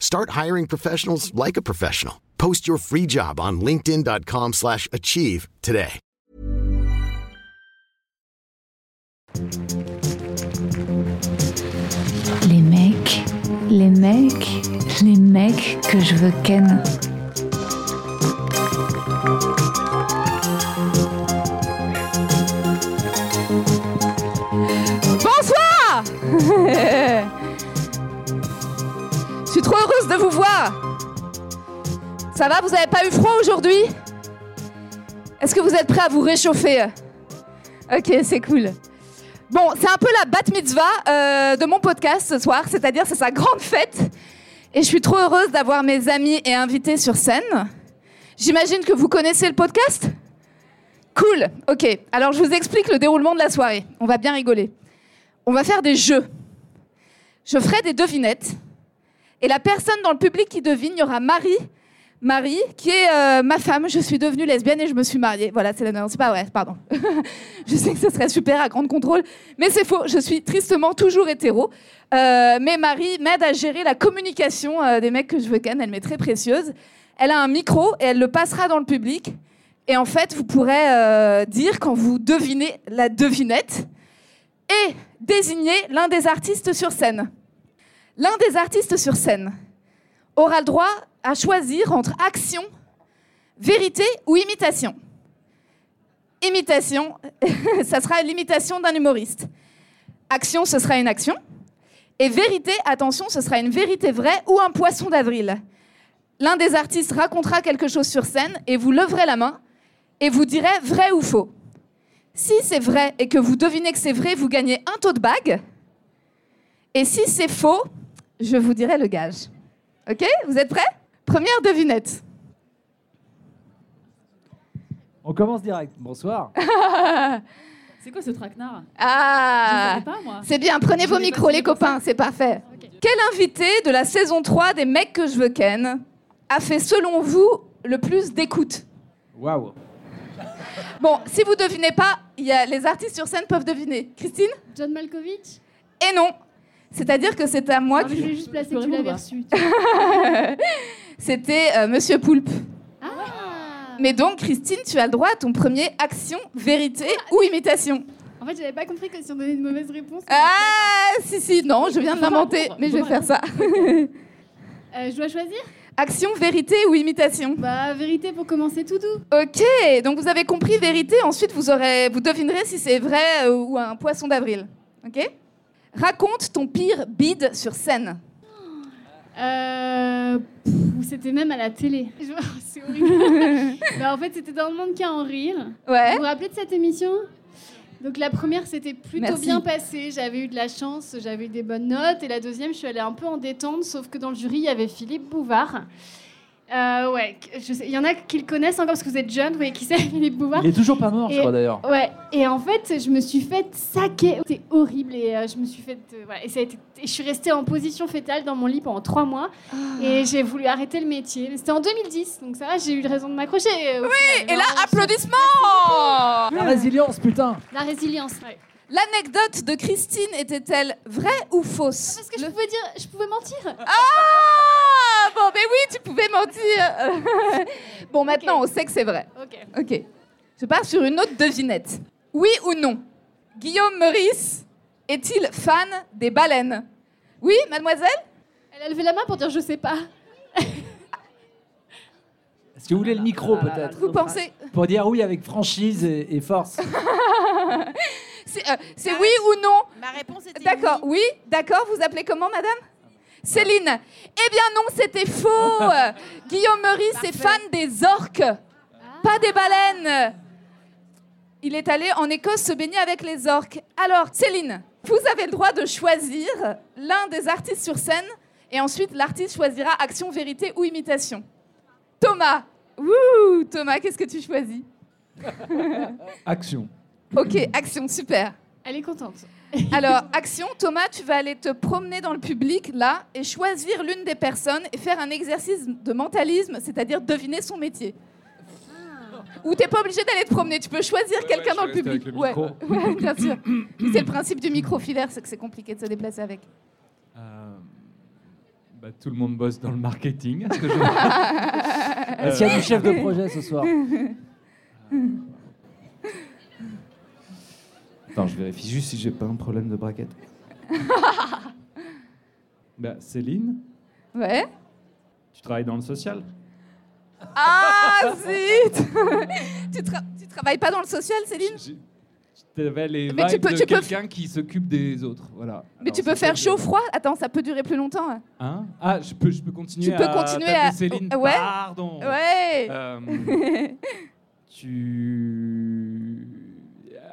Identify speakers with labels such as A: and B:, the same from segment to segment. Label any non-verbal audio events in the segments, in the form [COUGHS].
A: Start hiring professionals like a professional. Post your free job on linkedin.com/achieve slash achieve today.
B: Les mecs, les mecs, les mecs que je veux ken.
C: Bonsoir [LAUGHS] Je suis trop heureuse de vous voir. Ça va, vous avez pas eu froid aujourd'hui Est-ce que vous êtes prêts à vous réchauffer Ok, c'est cool. Bon, c'est un peu la bat mitzvah euh, de mon podcast ce soir, c'est-à-dire c'est sa grande fête. Et je suis trop heureuse d'avoir mes amis et invités sur scène. J'imagine que vous connaissez le podcast Cool, ok. Alors je vous explique le déroulement de la soirée. On va bien rigoler. On va faire des jeux. Je ferai des devinettes. Et la personne dans le public qui devine, il y aura Marie. Marie, qui est euh, ma femme. Je suis devenue lesbienne et je me suis mariée. Voilà, c'est la... Non, c'est pas vrai, pardon. [LAUGHS] je sais que ce serait super à grande contrôle, mais c'est faux. Je suis tristement toujours hétéro. Euh, mais Marie m'aide à gérer la communication euh, des mecs que je veux ken. Elle m'est très précieuse. Elle a un micro et elle le passera dans le public. Et en fait, vous pourrez euh, dire quand vous devinez la devinette et désigner l'un des artistes sur scène. L'un des artistes sur scène aura le droit à choisir entre action, vérité ou imitation. Imitation, [LAUGHS] ça sera l'imitation d'un humoriste. Action, ce sera une action. Et vérité, attention, ce sera une vérité vraie ou un poisson d'avril. L'un des artistes racontera quelque chose sur scène et vous leverez la main et vous direz vrai ou faux. Si c'est vrai et que vous devinez que c'est vrai, vous gagnez un taux de bague. Et si c'est faux, je vous dirai le gage. Ok Vous êtes prêts Première devinette.
D: On commence direct. Bonsoir.
E: C'est quoi ce traquenard Je
C: Ah
E: ne pas, moi.
C: C'est bien, prenez
E: Je
C: vos
E: l'ai
C: micros,
E: pas
C: les
E: signé pour
C: copains, c'est parfait. Quel invité de la saison 3 des Mecs que je veux ken a fait, selon vous, le plus d'écoute
D: [LAUGHS] Waouh.
C: Bon, si vous devinez pas, il y a, les artistes sur scène peuvent deviner. Christine
F: John Malkovich
C: Et non C'est-à-dire que c'est à moi
F: Ah, mais
C: qui...
F: Je l'ai juste placé,
E: Je peux
F: tu l'avais
E: répondre,
F: reçu.
C: C'était euh, Monsieur Poulpe.
F: Ah
C: Mais donc, Christine, tu as le droit à ton premier action, vérité ou imitation.
F: En fait, j'avais pas compris que si on donnait une mauvaise réponse.
C: Ah, si, si, non, je viens de
E: Faut pas
C: l'inventer,
E: répondre,
C: mais je
E: faut
C: vais
E: pas
C: faire ça.
F: Euh, je dois choisir
C: Action, vérité ou imitation
F: Bah, vérité pour commencer tout doux.
C: Ok, donc vous avez compris vérité, ensuite vous, aurez, vous devinerez si c'est vrai euh, ou un poisson d'avril. Ok Raconte ton pire bide sur scène.
F: Euh, pff, ou c'était même à la télé. [LAUGHS] Je- C'est
C: [LAUGHS]
F: horrible. bah, en fait, c'était dans le monde qu'à en rire.
C: Ouais.
F: Vous vous rappelez de cette émission donc la première c'était plutôt
C: Merci.
F: bien passé, j'avais eu de la chance, j'avais eu des bonnes notes et la deuxième je suis allée un peu en détente sauf que dans le jury il y avait Philippe Bouvard. Euh, ouais, que- je sais- il y en a qui le connaissent encore parce que vous êtes jeune, vous voyez qui c'est [LAUGHS] Philippe Bouvard.
D: Il est toujours pas mort,
F: Et-
D: je crois
C: Ah,
D: d'ailleurs.
F: Ouais, et en fait, je me suis faite saquer. C'était horrible et euh, je me suis faite. euh, voilà, et, ça a été- et je suis restée en position fétale dans mon lit pendant trois mois et j'ai voulu arrêter le métier. Mais C'était en 2010, donc ça va, j'ai eu raison de m'accrocher. euh, au final.
C: Et là,
F: Vraiment,
C: applaudissements
D: La Ah, résilience, putain.
F: je- La résilience, ouais.
C: L'anecdote de Christine était-elle vraie ou fausse
F: Parce que je pouvais dire, je pouvais mentir.
C: Ah Bon, mais oui, tu pouvais mentir [LAUGHS] Bon, maintenant, on sait que c'est vrai.
F: Ah. Ok.
C: Ok. Je pars sur une autre devinette. Oui ou non Guillaume Meurice est-il fan des baleines Oui, mademoiselle
F: Elle a levé la main pour dire je sais pas.
D: Est-ce que vous voulez le
C: Ah,
D: micro peut-être
C: Vous pensez [LAUGHS] Euh.
D: Pour dire oui avec franchise et, et force.
C: C'est euh, c'est oui ou non
G: Ma réponse était
C: D'accord,
G: oui.
C: oui, d'accord. Vous appelez comment, madame Céline. Eh bien non, c'était faux. Guillaume Meurice est fan des orques, pas
G: Ah.
C: des baleines. Il est allé en Écosse se baigner avec les orques. Alors, Céline, vous avez le droit de choisir l'un des artistes sur scène et ensuite l'artiste choisira action, vérité ou imitation. Thomas, ouh, Thomas, qu'est-ce que tu choisis
D: Action.
C: Ok, action, super.
F: Elle est contente.
C: Alors, action, Thomas, tu vas aller te promener dans le public, là, et choisir l'une des personnes et faire un exercice de mentalisme, c'est-à-dire deviner son métier. Ou t'es pas obligé d'aller te promener, tu peux choisir quelqu'un
H: je
C: dans le
H: reste
C: public.
H: avec le
C: ouais,
H: micro.
C: ouais, bien sûr. C'est le principe du micro-filaire, c'est que c'est compliqué de se déplacer avec.
H: Euh, bah, tout le monde bosse dans le marketing. est-ce que je-
D: Est-ce qu'il y a du chef de projet ce soir
H: [LAUGHS] Attends, je vérifie juste si j'ai pas un problème de braquette. [LAUGHS] bah, Céline,
C: Ouais.
H: tu travailles dans le social
C: Ah, zut tu, tra- tu travailles pas dans le social, Céline
H: Je- je avais les
C: Mais tu
H: vibes
C: peux-
H: de
C: tu peux-
H: quelqu'un qui s'occupe des autres. Voilà.
C: Mais
H: Alors,
C: tu peux
H: c'est
C: faire
H: ça que-
C: chaud-froid Attends, ça peut durer plus longtemps. hein.
H: Hein ah, je peux, je peux continuer
C: Tu peux
H: à
C: continuer
H: taper
C: à-
H: Céline,
C: Euh, ouais.
H: pardon.
C: Ouais
H: Euh, tu...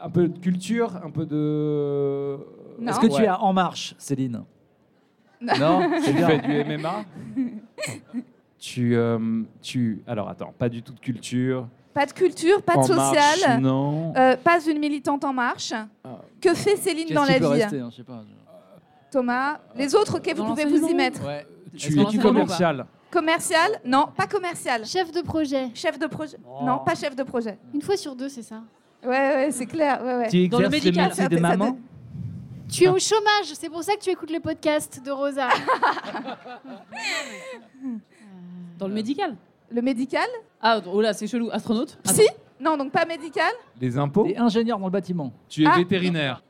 H: Un peu de culture, un peu de...
C: Non.
D: Est-ce que tu
H: Ouais.
D: es à En Marche, Céline
C: Non. [LAUGHS]
D: Non, c'est
H: Tu
D: bien.
H: fais du MMA Tu... euh, tu... Alors, attends, pas du tout de culture.
C: Pas de culture, pas de
H: En marche,
C: social.
H: non.
C: Euh, pas une militante en marche.
D: Ah.
C: Que fait Céline dans la vie
D: hein, Je sais pas.
C: Thomas,
D: Ah.
C: les autres, ok, vous
E: Dans
C: pouvez vous y
E: l'enseignement.
C: mettre.
D: Ouais.
H: tu
E: qu'on
H: es
E: en
H: du
E: sait ou pas
H: commercial.
C: Commercial Non, pas commercial.
F: Chef de projet.
C: Chef de projet
D: Oh.
C: Non, pas chef de projet.
F: Une fois sur deux, c'est ça.
C: Ouais, ouais, c'est clair. Ouais, ouais.
D: Tu
E: Dans le
D: exerces le
E: médical.
D: métier de
C: Ça te-
D: maman
F: Tu
E: Ah.
F: es au chômage, c'est pour ça que tu écoutes le podcast de Rosa.
E: Dans le médical
C: Le médical
E: Ah, oh là, c'est chelou. Astronaute
C: Psy Non, donc pas médical.
H: Les impôts
D: T'es ingénieur dans le bâtiment.
H: Tu es
C: Ah.
H: vétérinaire.
D: Tu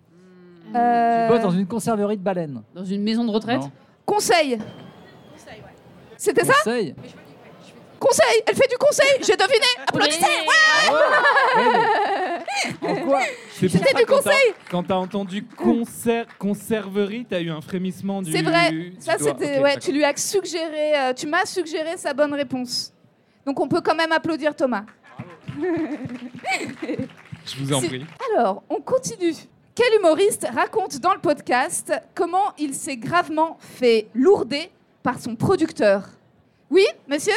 C: Euh,
D: bosses dans une conserverie de baleines.
E: Dans une maison de retraite
D: Non.
C: Conseil. C'était ça [LAUGHS]
D: Conseil
C: Conseil Elle fait du conseil J'ai deviné Applaudissez
D: En quoi
H: C'est pour
C: Euh. [LAUGHS] C'était
H: ça
C: du
H: quand t'as-
C: conseil.
H: Quand t'as entendu concert, conserverie, t'as eu un frémissement du.
C: C'est vrai.
H: du
C: Ça,
H: doigt.
C: c'était.
H: Ok,
C: ouais,
H: d'accord.
C: tu lui as suggéré. euh, tu m'as suggéré sa bonne réponse. Donc on peut quand même applaudir Thomas.
H: Je vous en
C: C'est-
H: prie.
C: Alors, on continue. Quel humoriste raconte dans le podcast comment il s'est gravement fait lourder par son producteur Oui, monsieur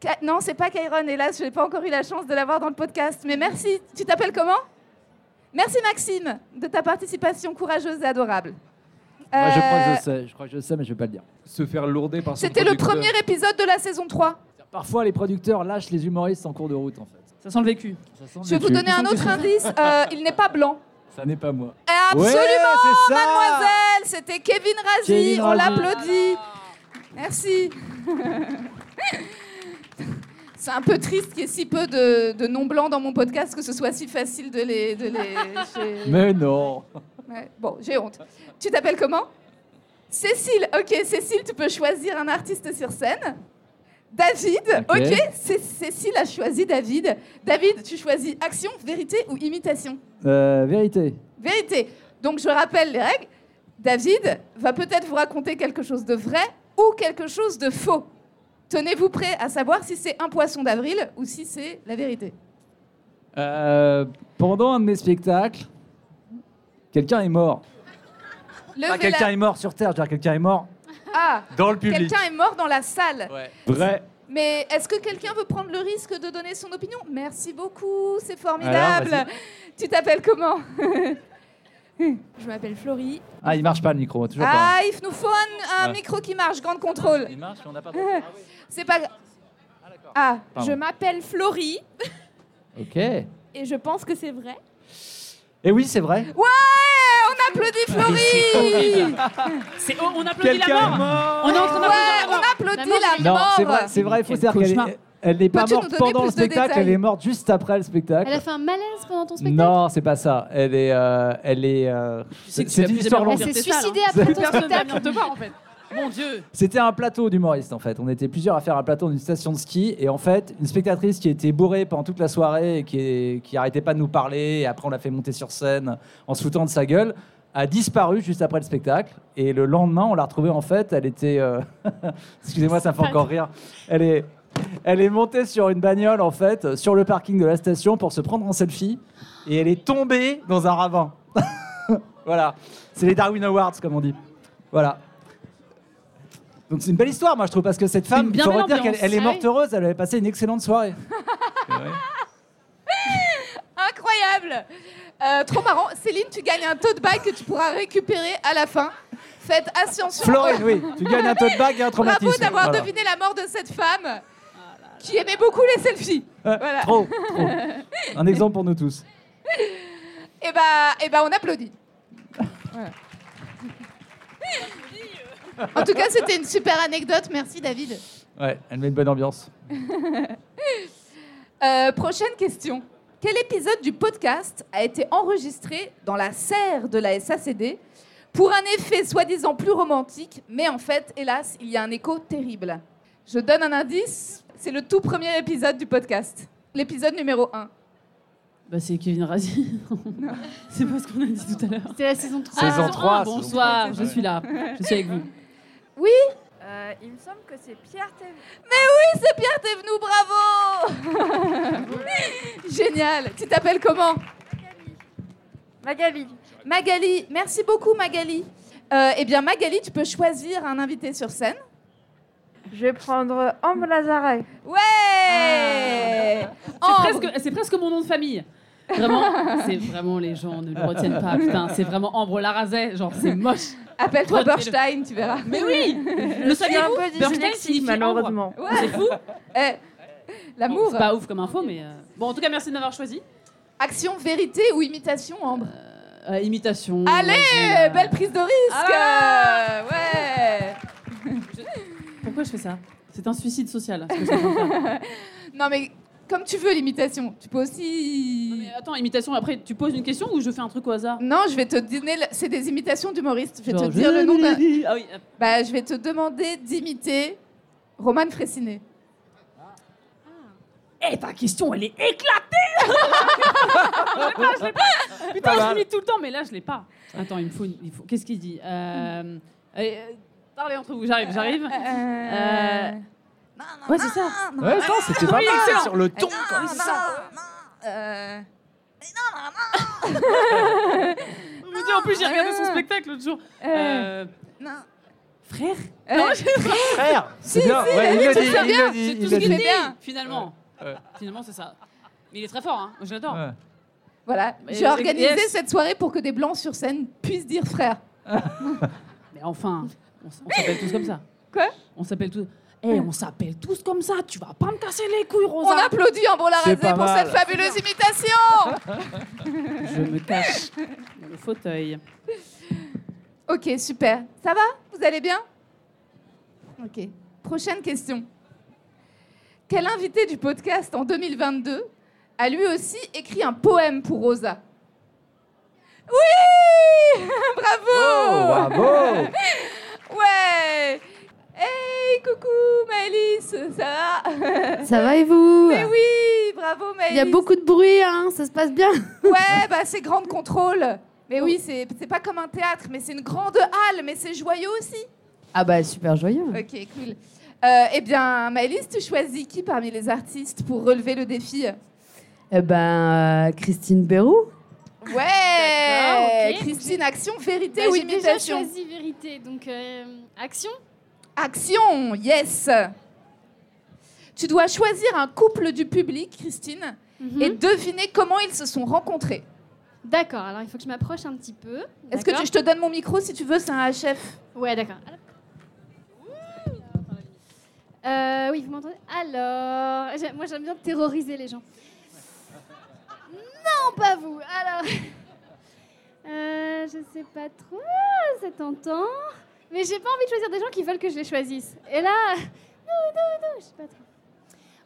C: Ka- Non, c'est pas Kyron, hélas, je n'ai pas encore eu la chance de l'avoir dans le podcast. Mais merci. Tu t'appelles comment Merci Maxime de ta participation courageuse et adorable.
D: Ouais, Je crois
C: Euh,
D: que je sais, je crois que je sais, mais je vais pas le dire.
H: Se faire lourder par son
C: C'était le
H: producteur.
C: premier épisode de la saison 3.
D: Parfois, les producteurs lâchent les humoristes en cours de route, en fait.
E: Ça sent le vécu.
D: Ça sent
C: Je vais
D: le
C: vous
D: cul.
C: donner un autre indice. euh, il n'est pas blanc.
D: Ça n'est pas moi.
C: Absolument,
D: Ouais, c'est ça
C: mademoiselle C'était Kevin Razi.
D: Kevin
C: on
D: Razi.
C: l'applaudit. Merci. C'est un peu triste qu'il y ait si peu de, de noms blancs dans mon podcast, que ce soit si facile de les... de les- j'ai-
D: Mais non
C: Ouais, Bon, j'ai honte. Tu t'appelles comment Cécile. Ok, Cécile, tu peux choisir un artiste sur scène. David.
D: Ok.
C: Ok, Cé- Cécile a choisi David. David, tu choisis action, vérité ou imitation
D: Euh, Vérité.
C: Vérité. Donc je rappelle les règles. David va peut-être vous raconter quelque chose de vrai ou quelque chose de faux. Tenez-vous prêt à savoir si c'est un poisson d'avril ou si c'est la vérité.
D: Euh, pendant un de mes spectacles, quelqu'un est mort.
C: Levez
D: Enfin, Ah, quelqu'un
C: la...
D: est mort sur Terre, je veux dire, quelqu'un est mort
C: Ah,
D: dans le public.
C: quelqu'un est mort dans la salle.
H: Vrai.
C: Mais est-ce que quelqu'un veut prendre le risque de donner son opinion Merci beaucoup, c'est
D: Alors,
C: formidable. tu t'appelles comment [LAUGHS] Je m'appelle Florie.
D: Ah, il marche pas le micro, toujours
C: Ah, il nous faut un, un
D: Ah.
C: micro qui marche, grande contrôle.
D: pas. Il marche, mais
C: [LAUGHS]
D: on n'a pas.
C: C'est pas. Ah,
D: Pardon.
I: Je m'appelle Florie
D: Ok. Et
I: et je pense que c'est vrai.
D: oui, c'est vrai.
C: Ouais, on applaudit
D: Ah,
C: Florie
E: C'est, oh, on applaudit la
H: Quelqu'un est
E: mort
H: mort.
E: On est en train d'applaudir
C: Ouais, on
E: la mort
C: applaudit la
D: Non,
C: mort
D: c'est vrai, c'est vrai, il faut
E: Quel
D: dire qu'elle
E: cauchemar.
D: est, elle n'est pas
C: Peux-tu nous
D: morte
C: donner
D: pendant
C: plus
D: le
C: de
D: spectacle,
C: détails
D: elle est morte juste après le
F: Elle a
D: spectacle.
F: fait un malaise pendant ton spectacle
D: Non, c'est pas ça. Elle est, euh, elle est. euh,
E: Tu sais que
D: c'est
E: tu
D: une
E: vas plus
D: histoire
E: jamais
D: longue.
F: Elle s'est
E: C'est ça,
F: suicidée
E: alors.
F: après ton
E: Personne ne va
F: spectacle
E: venir te voir en fait. Mon Dieu
D: C'était un plateau d'humoristes en fait. On était plusieurs à faire un plateau d'une station de ski et en fait, une spectatrice qui était bourrée pendant toute la soirée et qui, qui arrêtait pas de nous parler et après on l'a fait monter sur scène en se foutant de sa gueule a disparu juste après le spectacle et le lendemain on l'a retrouvée en fait, elle était euh, [LAUGHS] excusez-moi, ça me fait encore rire. Elle est elle est montée sur une bagnole en fait sur le parking de la station pour se prendre en selfie et elle est tombée dans un ravin. [LAUGHS] voilà, c'est les Darwin Awards comme on dit. Voilà. Donc c'est une belle histoire, moi je trouve, parce que cette femme,
E: une bien
D: faut
E: belle
D: retenir qu'elle
E: ambiance.
D: elle est
E: Ah
D: morte heureuse, elle avait passé une excellente soirée.
C: Incroyable Euh, Trop marrant. Céline, tu gagnes un tote bag que tu pourras récupérer à la fin. Faites ascension.
D: Florine, oui, tu gagnes un tote bag et un traumatisme.
C: Bravo d'avoir
D: Voilà.
C: deviné la mort de cette femme qui aimait beaucoup les selfies.
D: Euh,
C: Voilà.
D: Trop, trop.
E: [LAUGHS]
D: Un exemple pour nous tous.
C: Et bah, et bah on applaudit. Voilà. En tout cas, c'était une super anecdote. Merci, David.
D: Ouais, elle met une bonne ambiance.
C: Euh, prochaine question. Quel épisode du podcast a été enregistré dans la serre de la SACD pour un effet soi-disant plus romantique, mais en fait, hélas, il y a un écho terrible Je donne un indice, c'est le tout premier épisode du podcast. L'épisode numéro 1.
E: Bah, c'est Kevin Razi. [LAUGHS] c'est pas ce qu'on a dit tout à l'heure.
F: C'était la saison 3.
D: Saison
E: Ah,
D: 3, saison
E: bonsoir,
D: 3,
E: je suis là. Je suis avec vous.
J: Euh, il me semble que c'est Pierre Tévé.
C: C'est Pierre Thévenoud, bravo [LAUGHS] Génial Tu t'appelles comment
J: Magali.
C: Magali, merci beaucoup Magali. Euh, eh bien Magali, tu peux choisir un invité sur scène.
J: Je vais prendre Ambre Lazaret.
C: Ouais
E: C'est
C: Ah. Ambre.
E: presque, c'est presque mon nom de famille. Vraiment, c'est vraiment les gens ne le retiennent pas. Putain, c'est vraiment Ambre Larazet, genre c'est moche.
C: Appelle-toi
E: Toi, t'es le-
C: Burstein, tu verras.
E: Mais oui, le saviez-vous Bernstein signifie Ambre. C'est fou.
C: Eh,
E: Bon,
C: L'amour,
E: C'est pas ouf comme info, mais euh, bon, en tout cas, merci de m'avoir choisi.
C: action, vérité ou imitation, Ambre
E: Euh, imitation.
C: Allez,
E: vas-y, euh,
C: belle prise de risque
E: Ah
C: [LAUGHS] Ouais
E: Pourquoi je fais ça C'est un suicide social. ce que je suis en train de faire.
C: [LAUGHS] Non mais, comme tu veux l'imitation, tu peux
E: Non,
C: aussi...
E: mais attends, imitation. Après, tu poses une question ou je fais un truc au hasard
C: Non, je vais te donner... le- C'est des imitations d'humoristes. Je vais
E: Genre,
C: te dire le nom d'un...
E: Ah oui. euh,
C: Bah, je vais te demander d'imiter Romane Frécinet.
E: Eh, ta question, elle est éclatée Ah, Je l'ai pas, je l'ai pas
D: Pas
E: Putain,
D: mal.
E: je l'imite tout le temps, mais là, je l'ai pas. Attends, il me faut... une- il faut- Qu'est-ce qu'il dit Euh, allez, euh, Parlez entre vous, j'arrive, j'arrive. Euh, Ouais, c'est ça.
D: Ouais, attends, c'était pas
E: Oui,
D: mal,
E: excellent.
D: sur le ton comme
C: Ah, non,
D: ça.
C: non, euh, [LAUGHS]
E: Vous me dites, en plus, j'ai regardé son spectacle l'autre jour. Euh,
C: non.
E: Frère
C: Euh,
E: Non, je-
D: Frère, c'est bien.
C: si,
D: Ouais, il le
C: tu
D: dit,
C: fais
D: il
C: bien,
D: le dit,
E: C'est
D: il
E: tout ce
D: le
C: qu'il
E: qu'il
D: dit.
C: dit.
E: dit,
C: bien.
E: finalement.
D: Ouais.
E: [LAUGHS] Finalement, c'est ça. Mais il est très fort, hein. je l'adore.
D: Ouais.
C: Voilà,
E: Mais
C: j'ai organisé
E: yes.
C: cette soirée pour que des blancs sur scène puissent dire frère.
E: Mais enfin, on, s- on s'appelle tous comme ça.
C: Quoi
E: On s'appelle tous... Eh, on s'appelle tous comme ça. Tu vas pas me casser les couilles,
C: On
E: Rosa.
C: applaudit Ambre Larazé
D: C'est pas
C: pour
D: mal.
C: cette fabuleuse imitation.
E: Je me cache dans le fauteuil.
C: ok, super. Ça va Vous allez bien Ok. Prochaine question. Quel invité du podcast en 2022 a lui aussi écrit un poème pour Rosa Oui [LAUGHS]
D: Oh,
C: Bravo
D: bravo.
C: Ouais Hey, coucou Maëlys, ça va
K: Ça va et vous
C: Mais oui, bravo Maëlys
K: Il y a beaucoup de bruit, hein, ça se passe bien.
C: Ouais, bah c'est grande contrôle mais oui, c'est c'est pas comme un théâtre, mais c'est une grande halle, mais c'est joyeux aussi.
K: Ah bah super joyeux.
C: Ok, cool. Euh, eh bien, Maëlys, tu choisis qui parmi les artistes pour relever le défi
K: Eh ben, euh, Christine Bérou.
C: Ouais
F: ok.
C: Christine, action, vérité
F: Bah,
C: ou
F: J'ai déjà
C: imitation
F: choisi vérité, donc euh, action.
C: Action, yes Tu dois choisir un couple du public, Christine, et
F: Mhm.
C: deviner comment ils se sont rencontrés.
F: D'accord, alors il faut que je m'approche un petit peu.
C: Est-ce que
F: D'accord.
C: tu- je te donne mon micro si tu veux, c'est un HF.
F: Ouais, d'accord. Euh, oui, vous m'entendez Alors, j'ai- moi j'aime bien terroriser les gens. Non, pas vous. Alors, [LAUGHS] euh, je sais pas trop, ah, c'est tentant. Mais j'ai pas envie de choisir des gens qui veulent que je les choisisse. Et là, [LAUGHS] non, non, non, je sais pas trop.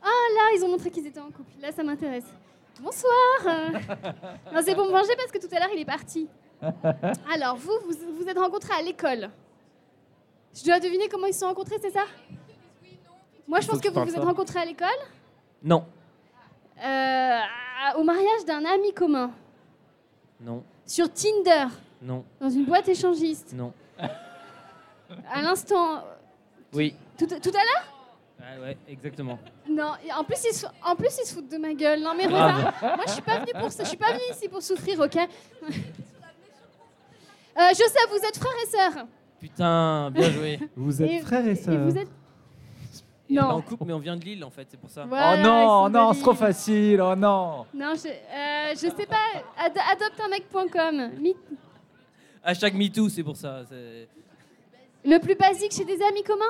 F: Ah là, ils ont montré qu'ils étaient en couple. Là, ça m'intéresse. Bonsoir. euh. Non, c'est pour me venger parce que tout à l'heure il est parti. Alors, vous, vous vous êtes rencontrés à l'école. Je dois deviner comment ils se sont rencontrés, c'est ça Moi, je
L: Faut
F: pense
L: que tu
F: que vous
L: parles
F: vous êtes
L: fort.
F: rencontrés à l'école,
L: Non,
F: euh, au mariage d'un ami commun,
L: non,
F: sur Tinder,
L: non,
F: dans une boîte échangiste,
L: non.
F: à l'instant.
L: Oui.
F: Tout, tout à l'heure
L: Ah ouais, exactement.
F: Non, et en plus, ils se, en plus, ils se foutent de ma gueule. Non, mais
L: Ah
F: Rosa, moi, je suis pas venue pour ça. Je suis pas venue ici pour souffrir, ok [LAUGHS] Euh, Je sais, vous êtes frères et sœurs.
M: Putain, bien joué.
N: Vous
F: Et-
N: êtes frères et
F: Et
N: sœurs.
F: vous êtes.
M: Et On est
F: Non.
M: en couple, mais on vient de Lille en fait, c'est pour ça.
E: Ah,
F: Voilà,
D: oh non,
F: ils sont
D: non,
F: de
D: c'est trop
F: Lille.
D: facile, oh non.
F: Non, je, euh, je sais pas. Ad- Adopteunmec.com. Mi-
M: Hashtag MeToo, c'est pour ça. c'est-
F: Le plus basique chez des amis communs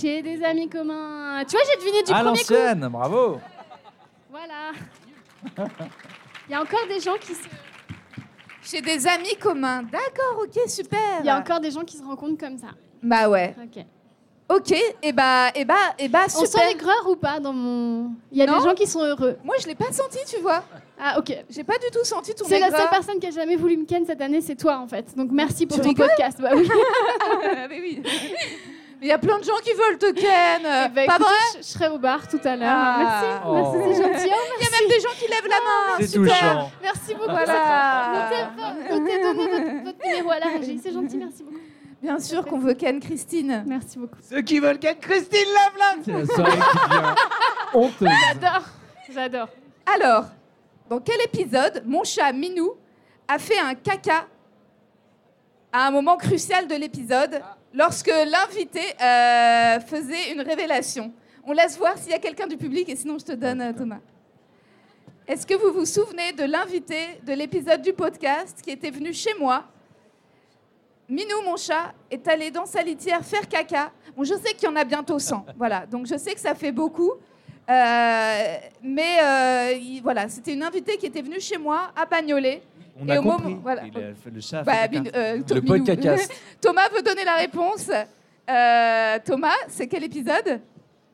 F: Chez des amis communs. Tu vois, j'ai deviné du
D: à
F: premier coup.
D: l'ancienne, bravo.
F: Voilà. Il y a encore des gens qui se...
C: Chez des amis communs. D'accord, ok, super.
F: Il y a encore des gens qui se rencontrent comme ça.
C: Bah ouais.
F: Ok.
C: Ok, et bah, et bah, et bah,
F: On sent
C: super.
F: l'aigreur ou pas dans mon... Il y a
C: Non.
F: des gens qui sont heureux.
C: Moi, je l'ai pas senti, tu vois.
F: Ah, ok.
C: J'ai pas du tout senti ton
F: C'est la
C: aigreur.
F: seule personne qui a jamais voulu me ken cette année, c'est toi en fait. Donc merci pour
C: Tu
F: ton
C: rigoles
F: podcast. Bah
C: [LAUGHS]
F: oui.
C: Ah, mais oui. Il y a plein de gens qui veulent te ken. euh,
F: Eh ben,
C: pas
F: écoutez,
C: vrai
F: Je, je serai au bar tout à l'heure.
C: Ah.
F: Merci, merci, c'est gentil. Oh,
C: Il y a
F: merci.
C: même des gens qui lèvent la main.
D: C'est
C: Super.
D: touchant.
F: Merci beaucoup.
C: Voilà.
F: Notez- Notez, donnez votre, votre numéro à la régie. C'est gentil, merci beaucoup.
C: Bien sûr qu'on veut ken Christine.
F: Merci beaucoup.
N: Ceux qui veulent qu'être Christine Lavlac.
L: C'est la soirée qui devient honteuse.
F: J'adore. J'adore.
C: Alors, dans quel épisode mon chat Minou a fait un caca à un moment crucial de l'épisode lorsque l'invité euh, faisait une révélation On laisse voir s'il y a quelqu'un du public et sinon je te donne euh, Thomas. Est-ce que vous vous souvenez de l'invité de l'épisode du podcast qui était venu chez moi Minou, mon chat, est allé dans sa litière faire caca. Bon, je sais qu'il y en a bientôt 100. Voilà, donc je sais que ça fait beaucoup. Euh, mais euh, il- voilà, c'était une invitée qui était venue chez moi à Bagnolet.
N: On
C: Et
N: a
C: au
N: compris.
C: moment- voilà.
N: Il a fait le chat. a
C: Bah,
N: fait
C: Minou-
N: caca.
C: euh, Tom-
D: Ah, Le
C: Minou.
D: podcast.
C: [LAUGHS] Thomas veut donner la réponse. Euh, Thomas, c'est quel épisode
D: euh.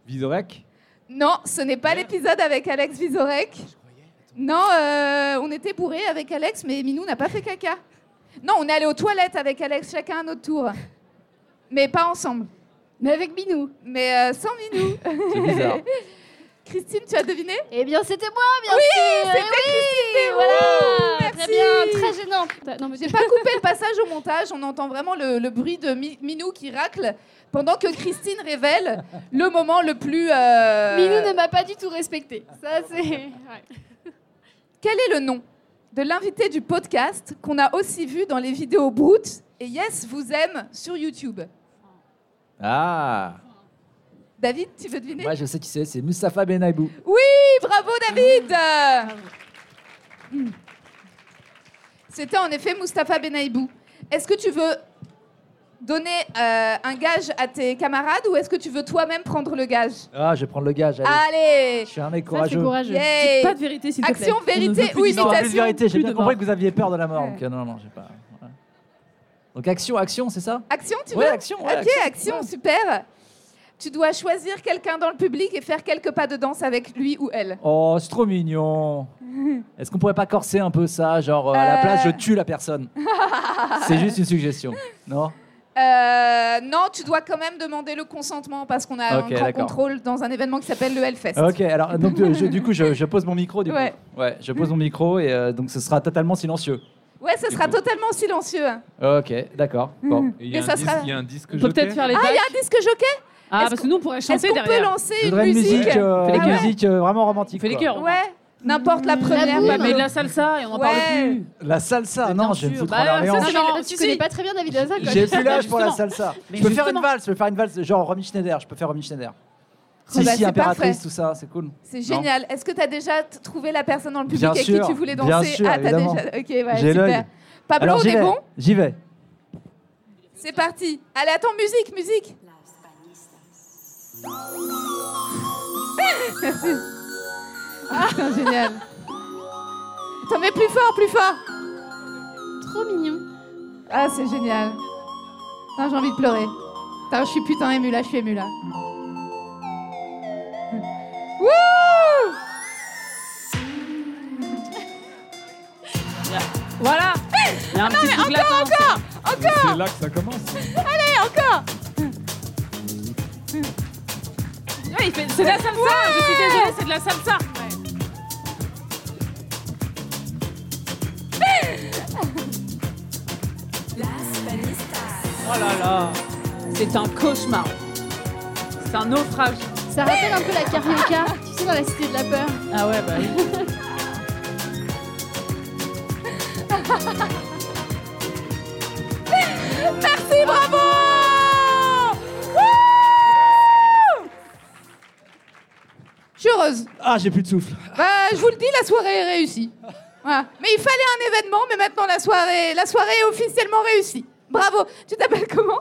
L: Vizorek
C: Non, ce n'est pas l'épisode avec Alex Vizorek. Non, euh, on était bourrés avec Alex, mais Minou n'a pas fait caca. Non, on est allé aux toilettes avec Alex, chacun à notre tour. Mais pas ensemble.
F: Mais avec Binou.
C: Mais euh, sans Minou.
D: C'est bizarre. [LAUGHS]
C: Christine, tu as deviné
F: Eh bien, c'était moi, bien
C: Oui,
F: sûr.
C: c'était
F: Eh
C: Christine.
F: Voilà.
C: Merci.
F: Très bien. Très gênant. Bah, Non, mais
C: J'ai pas coupé le passage au montage, on entend vraiment le, le bruit de Mi- Minou qui racle pendant que Christine révèle le moment le plus. euh,
F: Minou ne m'a pas du tout respecté. Ça, c'est. ouais.
C: Quel est le nom de l'invité du podcast qu'on a aussi vu dans les vidéos brutes et Yes vous aime sur YouTube
D: Ah.
C: David, tu veux deviner
D: Moi, je sais qui c'est, c'est Mustafa Benaibou.
C: Oui, bravo David Hmm. C'était en effet Mustapha Benaibou. Est-ce que tu veux donner euh, un gage à tes camarades ou est-ce que tu veux toi-même prendre le gage
D: Ah, je vais prendre le gage. Allez.
C: Allez,
D: Je suis un mec
E: Ça, c'est
D: courageux.
E: courageux.
C: Yay.
E: Dites Pas de vérité, s'il te plaît.
C: Action,
E: On ne
C: vérité
E: veut plus
C: ou
E: de
D: Non,
C: imitation.
D: plus de vérité, j'ai
E: Plus
D: bien
E: de
D: compris
E: mort.
D: que vous aviez peur de la mort. donc, euh, non, non, j'ai pas. voilà. Donc action, action, c'est ça
C: Action, tu
D: Ouais,
C: veux
D: action, ouais,
C: Ok, action, super. Tu dois choisir quelqu'un dans le public et faire quelques pas de danse avec lui ou elle.
D: Oh, c'est trop mignon. Est-ce qu'on pourrait pas corser un peu ça Genre, euh, à la
C: Euh.
D: place, je tue la personne. c'est juste une suggestion. Non
C: Euh, non, tu dois quand même demander le consentement parce qu'on a
D: Ok,
C: un grand
D: d'accord.
C: contrôle dans un événement qui s'appelle le Hellfest.
D: [LAUGHS] Ok, alors donc, euh, je- du coup, je, je pose mon micro. Du
C: Ouais.
D: coup. ouais, je pose mon micro et euh, donc ce sera totalement silencieux.
C: Ouais, ça sera totalement silencieux. hein.
D: Ok, d'accord.
E: Mmh.
D: Bon.
M: Et il y a
C: Mais ça
M: un disque-
C: sera-
M: il y a un disque
E: On peut peut-être faire les
C: Ah, il y a
E: bacs.
C: un disque jockey
E: Ah,
C: est-ce
E: parce que nous, on pourrait
C: Est-ce
E: chanter
C: qu'on peut
E: derrière.
C: lancer
D: Je
C: une
D: voudrais une musique, euh,
E: Fais les
D: une
E: gueules.
D: musique euh, vraiment romantique.
E: Fais les
D: quoi.
E: cœurs.
C: Ouais, n'importe la première.
F: boum.
C: pas
E: Mais de
C: mal.
E: la salsa et on en parle
C: Ouais.
E: plus.
D: La salsa, non, je vais me
E: sûr.
D: foutre
E: Bah,
D: en
E: ouais,
D: Orléans.
E: ça,
F: Non,
E: Non,
F: mais
E: si,
F: tu
E: si.
F: connais pas très bien David Oza, quoi.
D: J'ai plus l'âge
E: Mais
D: pour la
E: justement.
D: salsa.
E: Mais
D: je peux faire une
E: justement. Ah
D: valse, je peux faire une valse, genre Romy Schneider, je peux faire Romy Schneider. Si,
C: bah,
D: si,
C: c'est
D: impératrice,
C: parfait.
D: tout ça, c'est cool.
C: C'est génial. Est-ce que tu as déjà t- trouvé la personne dans le public
D: Bien
C: avec
D: sûr,
C: qui tu voulais
D: bien
C: danser
D: sûr,
C: Ah, t'as
D: évidemment.
C: déjà. Ok, ouais,
D: J'ai l'œil.
C: super.
E: Ah
C: Pablo,
D: Alors
C: on
D: j'y
C: est
D: vais,
C: bon
D: j'y vais.
C: C'est parti. Allez, attends, musique,
E: [LAUGHS]
C: musique. Merci. Ah, c'est génial. T'en mets plus fort, plus fort.
F: Trop mignon.
C: Ah, c'est génial. Putain, j'ai envie de pleurer. Putain, je suis putain émue là, je suis émue là. [LAUGHS] Wouh
E: Voilà. Il y a un petit truc là.
L: C'est là que ça commence.
C: Allez, encore
E: Ouais, il fait- c'est de la salsa, je suis désolée, c'est de la salsa. Oh là là, c'est un cauchemar. C'est un naufrage.
F: Ça rappelle un peu la carioca, tu sais, dans la cité de la peur.
E: Ah ouais, bah oui.
C: Merci, bravo Wouh Je suis heureuse.
N: Ah, j'ai plus de souffle.
C: Bah, je vous le dis, la soirée est réussie. Voilà. Mais il fallait un événement, mais maintenant la soirée, la soirée est officiellement réussie. Bravo. Tu t'appelles comment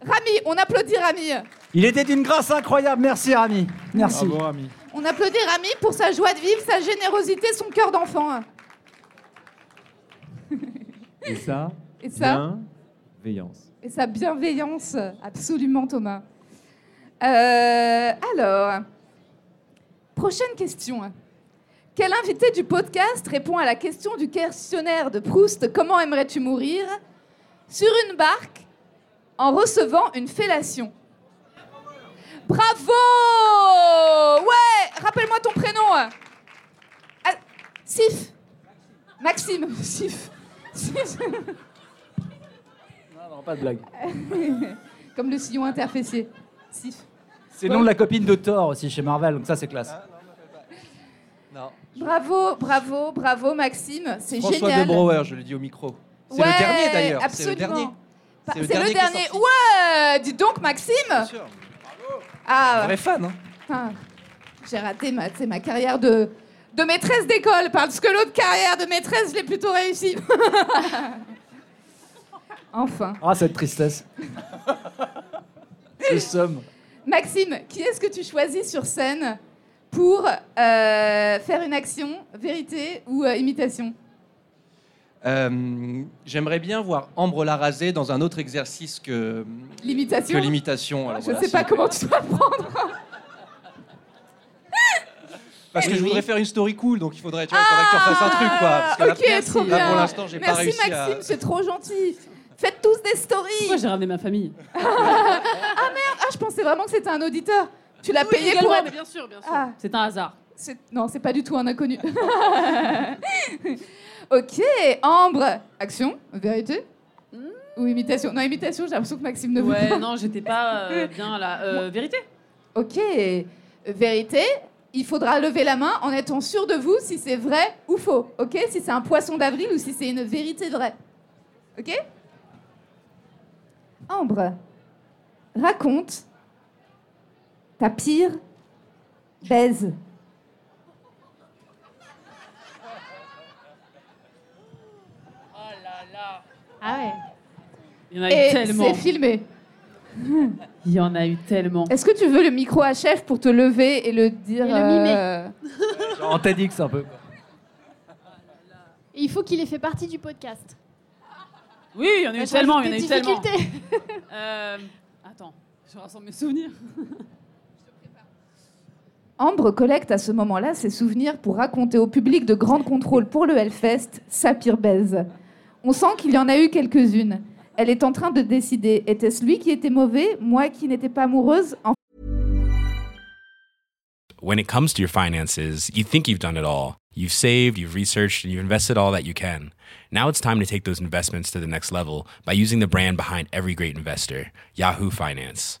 C: Rami, on applaudit Rami.
D: Il était d'une grâce incroyable. Merci, Rami. Merci.
L: Bravo, Rami.
C: On applaudit Rami pour sa joie de vivre, sa générosité, son cœur d'enfant.
L: Et ça,
C: Et ça
L: bienveillance.
C: et sa bienveillance. Absolument, Thomas. Euh, alors, prochaine question. Quel invité du podcast répond à la question du questionnaire de Proust Comment aimerais-tu mourir sur une barque en recevant une fellation Bravo Ouais Rappelle-moi ton prénom. Ah, Sif Maxime. Sif. Sif.
D: Non, pas de blague.
C: Comme le sillon interfécié. Sif.
D: C'est le nom de la copine de Thor aussi chez Marvel, donc ça, c'est classe.
M: Non.
C: Bravo, bravo, bravo Maxime, c'est
M: François
C: génial.
M: de Brouwer, je le dis au micro. C'est
C: Ouais,
M: le dernier d'ailleurs. C'est le
C: absolument.
M: dernier.
C: Pas-
M: C'est le
C: C'est le
M: dernier qui est
C: dernier. Ouais, dis donc Maxime. Ah,
M: Vrai fan, hein.
C: putain, j'ai raté ma, c'est ma carrière de, de maîtresse d'école parce que l'autre carrière de maîtresse, je l'ai plutôt réussi. [LAUGHS] enfin,
D: Ah, cette
M: [LAUGHS]
D: tristesse. Ce somme.
C: Maxime, qui est-ce que tu choisis sur scène pour euh, faire une action, vérité ou euh, imitation
M: Euh, J'aimerais bien voir Ambre la raser dans un autre exercice que
C: L'imitation
M: que l'imitation. Alors
C: Je ne
M: voilà,
C: sais pas
M: c'est-
C: comment tu dois prendre.
M: Parce que je voudrais faire une story cool, donc il faudrait, tu vois, il faudrait que tu refasses un truc, quoi. Parce que
C: Ah
M: là,
C: ok, trop
M: là,
C: bien.
M: pour l'instant, j'ai pas
C: Merci
M: réussi à-
C: Maxime, c'est trop gentil. Faites tous des stories.
E: Moi, j'ai ramené
C: [LAUGHS]
E: ma famille.
C: ah merde, ah, je pensais vraiment que c'était un auditeur. Tu l'as payé
E: également,
C: pour être.
E: mais bien sûr, bien sûr.
C: Ah.
E: C'est un hasard.
C: C'est- Non, c'est pas du tout un inconnu. [LAUGHS] ok, Ambre, action, vérité ou imitation Non, imitation, j'ai l'impression que Maxime ne veut pas.
E: Hmm. Ouais, non, j'étais pas euh, bien là. Euh, vérité
C: Ok, vérité, il faudra lever la main en étant sûr de vous si c'est vrai ou faux. Ok, si c'est un poisson d'avril ou si c'est une vérité vraie. Ok Ambre, raconte ta pire baise.
F: Ah ouais.
E: Il y en a eu
C: Et
E: tellement.
C: c'est filmé.
E: Il y en a eu tellement.
C: Est-ce que tu veux le micro à chef pour te lever et le dire
F: Et le mimer.
C: euh,
D: En TEDx, un peu.
F: Et il faut qu'il ait fait partie du podcast.
E: Oui, il y en a eu
F: Ça rajoute
E: tellement, il y en a
F: des
E: eu tellement.
F: difficultés.
E: Euh, attends, je rassemble mes souvenirs.
C: Ambre collecte à ce moment-là ses souvenirs pour raconter au public de grande contrôle pour le Hellfest sa pire baise. On sent qu'il y en a eu quelques-unes. Elle est en train de décider était-ce lui qui était mauvais, moi qui n'étais pas amoureuse en
O: When it comes to your finances, you think you've done it all. You've saved, you've researched, and you've invested all that you can. Now it's time to take those investments to the next level by using the brand behind every great investor, Yahoo Finance.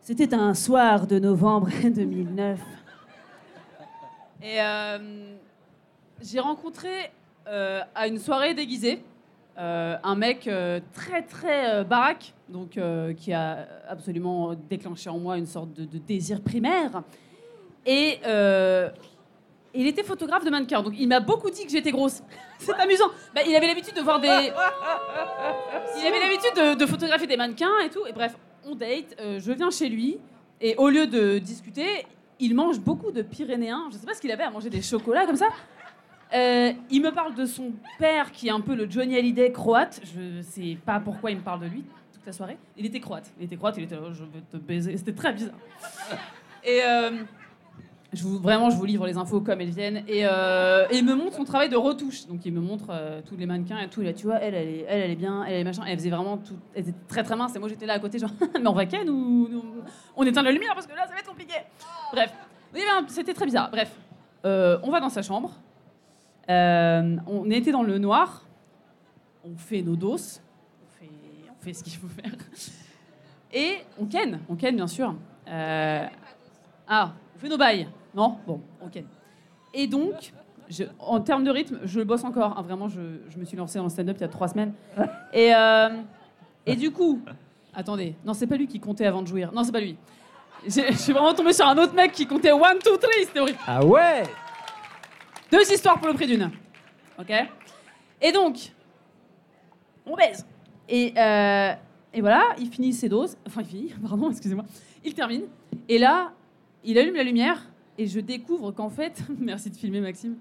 P: C'était un soir de
K: [LAUGHS]
P: novembre 2009.
E: Et euh, j'ai rencontré euh, à une soirée déguisée euh, un mec euh, très très euh, baraque, donc euh, qui a absolument déclenché en moi une sorte de, de désir primaire. Et euh, il était photographe de mannequin, donc il m'a beaucoup dit que j'étais grosse. C'est amusant. Bah, il avait l'habitude de voir des. Il avait l'habitude de, de photographier des mannequins et tout. Et bref, on date. euh, je viens chez lui et au lieu de discuter, il mange beaucoup de Pyrénéens. Je sais pas ce qu'il avait à manger des chocolats comme ça. Euh, il me parle de son père qui est un peu le Johnny Hallyday croate. Je sais pas pourquoi il me parle de lui toute la soirée. Il était croate. Il était croate. Il était oh, je veux te baiser. C'était très bizarre. Et euh, je vous, vraiment, je vous livre les infos comme elles viennent. Et, euh, et il me montre son travail de retouche. Donc il me montre euh, tous les mannequins et tout. Et là, tu vois, elle, elle est, elle, elle est bien, elle est machin. Elle faisait vraiment tout. Elle était très très mince. Et moi, j'étais là à côté, genre, mais on va ken ou ou- on éteint la lumière parce que là, ça va être compliqué. Bref, Il y avait un- ben, c'était très bizarre. Bref, Euh, on va dans sa chambre. Euh, on était dans le noir. On fait nos doses. On fait, on fait ce qu'il faut faire. Et on ken, on ken bien sûr. Euh, ah, on fait nos bails. Non Bon, ok. Et donc, je- en termes de rythme, je bosse encore. Ah, vraiment, je, je me suis lancée dans le stand-up il y a trois semaines. Et, euh, et du coup, attendez, non, c'est pas lui qui comptait avant de jouir. Non, c'est pas lui. J'ai- Je suis vraiment tombée sur un autre mec qui comptait 1, 2, 3, c'était horrible.
D: Ah ouais
E: Deux histoires pour le prix d'une. Ok Et donc, on baise. Et, euh, et voilà, il finit ses doses. Enfin, il finit, [LAUGHS] pardon, excusez-moi. Il termine. Et là, il allume la lumière. Et je découvre qu'en fait. [LAUGHS] Merci de filmer, Maxime.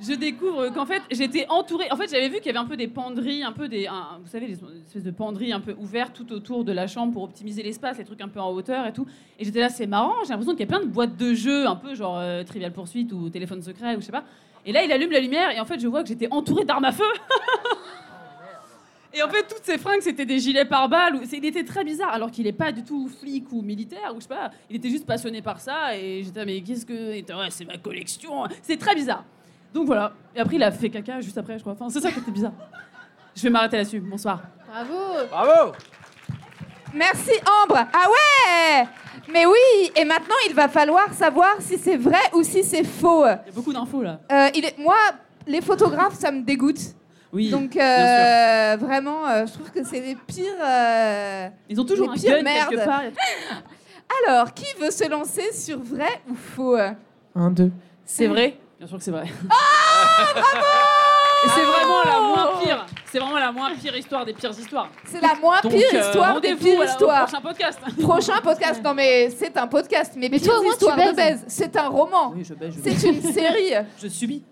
E: Je découvre qu'en fait, j'étais entourée. En fait, j'avais vu qu'il y avait un peu des penderies, un peu des. un- vous savez, des espèces de penderies un peu ouvertes tout autour de la chambre pour optimiser l'espace, les trucs un peu en hauteur et tout. Et j'étais là, c'est marrant, j'ai l'impression qu'il y a plein de boîtes de jeux, un peu genre euh, Trivial Poursuite ou Téléphone Secret ou je sais pas. Et là, il allume la lumière et en fait, je vois que j'étais entourée d'armes à feu. Et en fait, toutes ces fringues, c'était des gilets pare-balles. ou- c'est- Il était très bizarre, alors qu'il n'est pas du tout flic ou militaire, ou je sais pas. Il était juste passionné par ça. Et j'étais, ah, mais qu'est-ce que. il était, ouais, c'est ma collection. C'est très bizarre. Donc voilà. Et après, il a fait caca juste après, je crois. Enfin, c'est ça qui était bizarre. Je vais m'arrêter là-dessus. Bonsoir.
C: Bravo
D: Bravo
C: Merci Ambre. Ah ouais Mais oui, et maintenant il va falloir savoir si c'est vrai ou si c'est faux.
E: Il y a beaucoup d'infos là.
C: Euh, il est... Moi, les photographes, ça me dégoûte.
E: Oui.
C: Donc
E: bien
C: euh, vraiment, euh, je trouve que c'est les pires. euh,
E: Ils ont toujours
C: les
E: un
C: pires
E: gun
C: merdes.
E: quelque part.
C: [LAUGHS] Alors, qui veut se lancer sur vrai ou faux
N: Un, deux.
E: C'est vrai Bien sûr que c'est vrai. Et C'est vraiment la moins pire. C'est vraiment la moins pire histoire des pires histoires.
C: Oh C'est la moins
E: Donc,
C: pire
E: euh,
C: histoire des
E: rendez-vous
C: pires
E: à la- au
C: histoires.
E: prochain podcast.
C: [LAUGHS] Prochain podcast. Non mais c'est un podcast. Mais,
F: Mais toi,
C: pires
F: au moins, tu
C: histoires de
F: baises.
C: baise. C'est un roman.
E: Oui, je baise, je
C: C'est
E: [LAUGHS]
C: une série.
E: Je subis.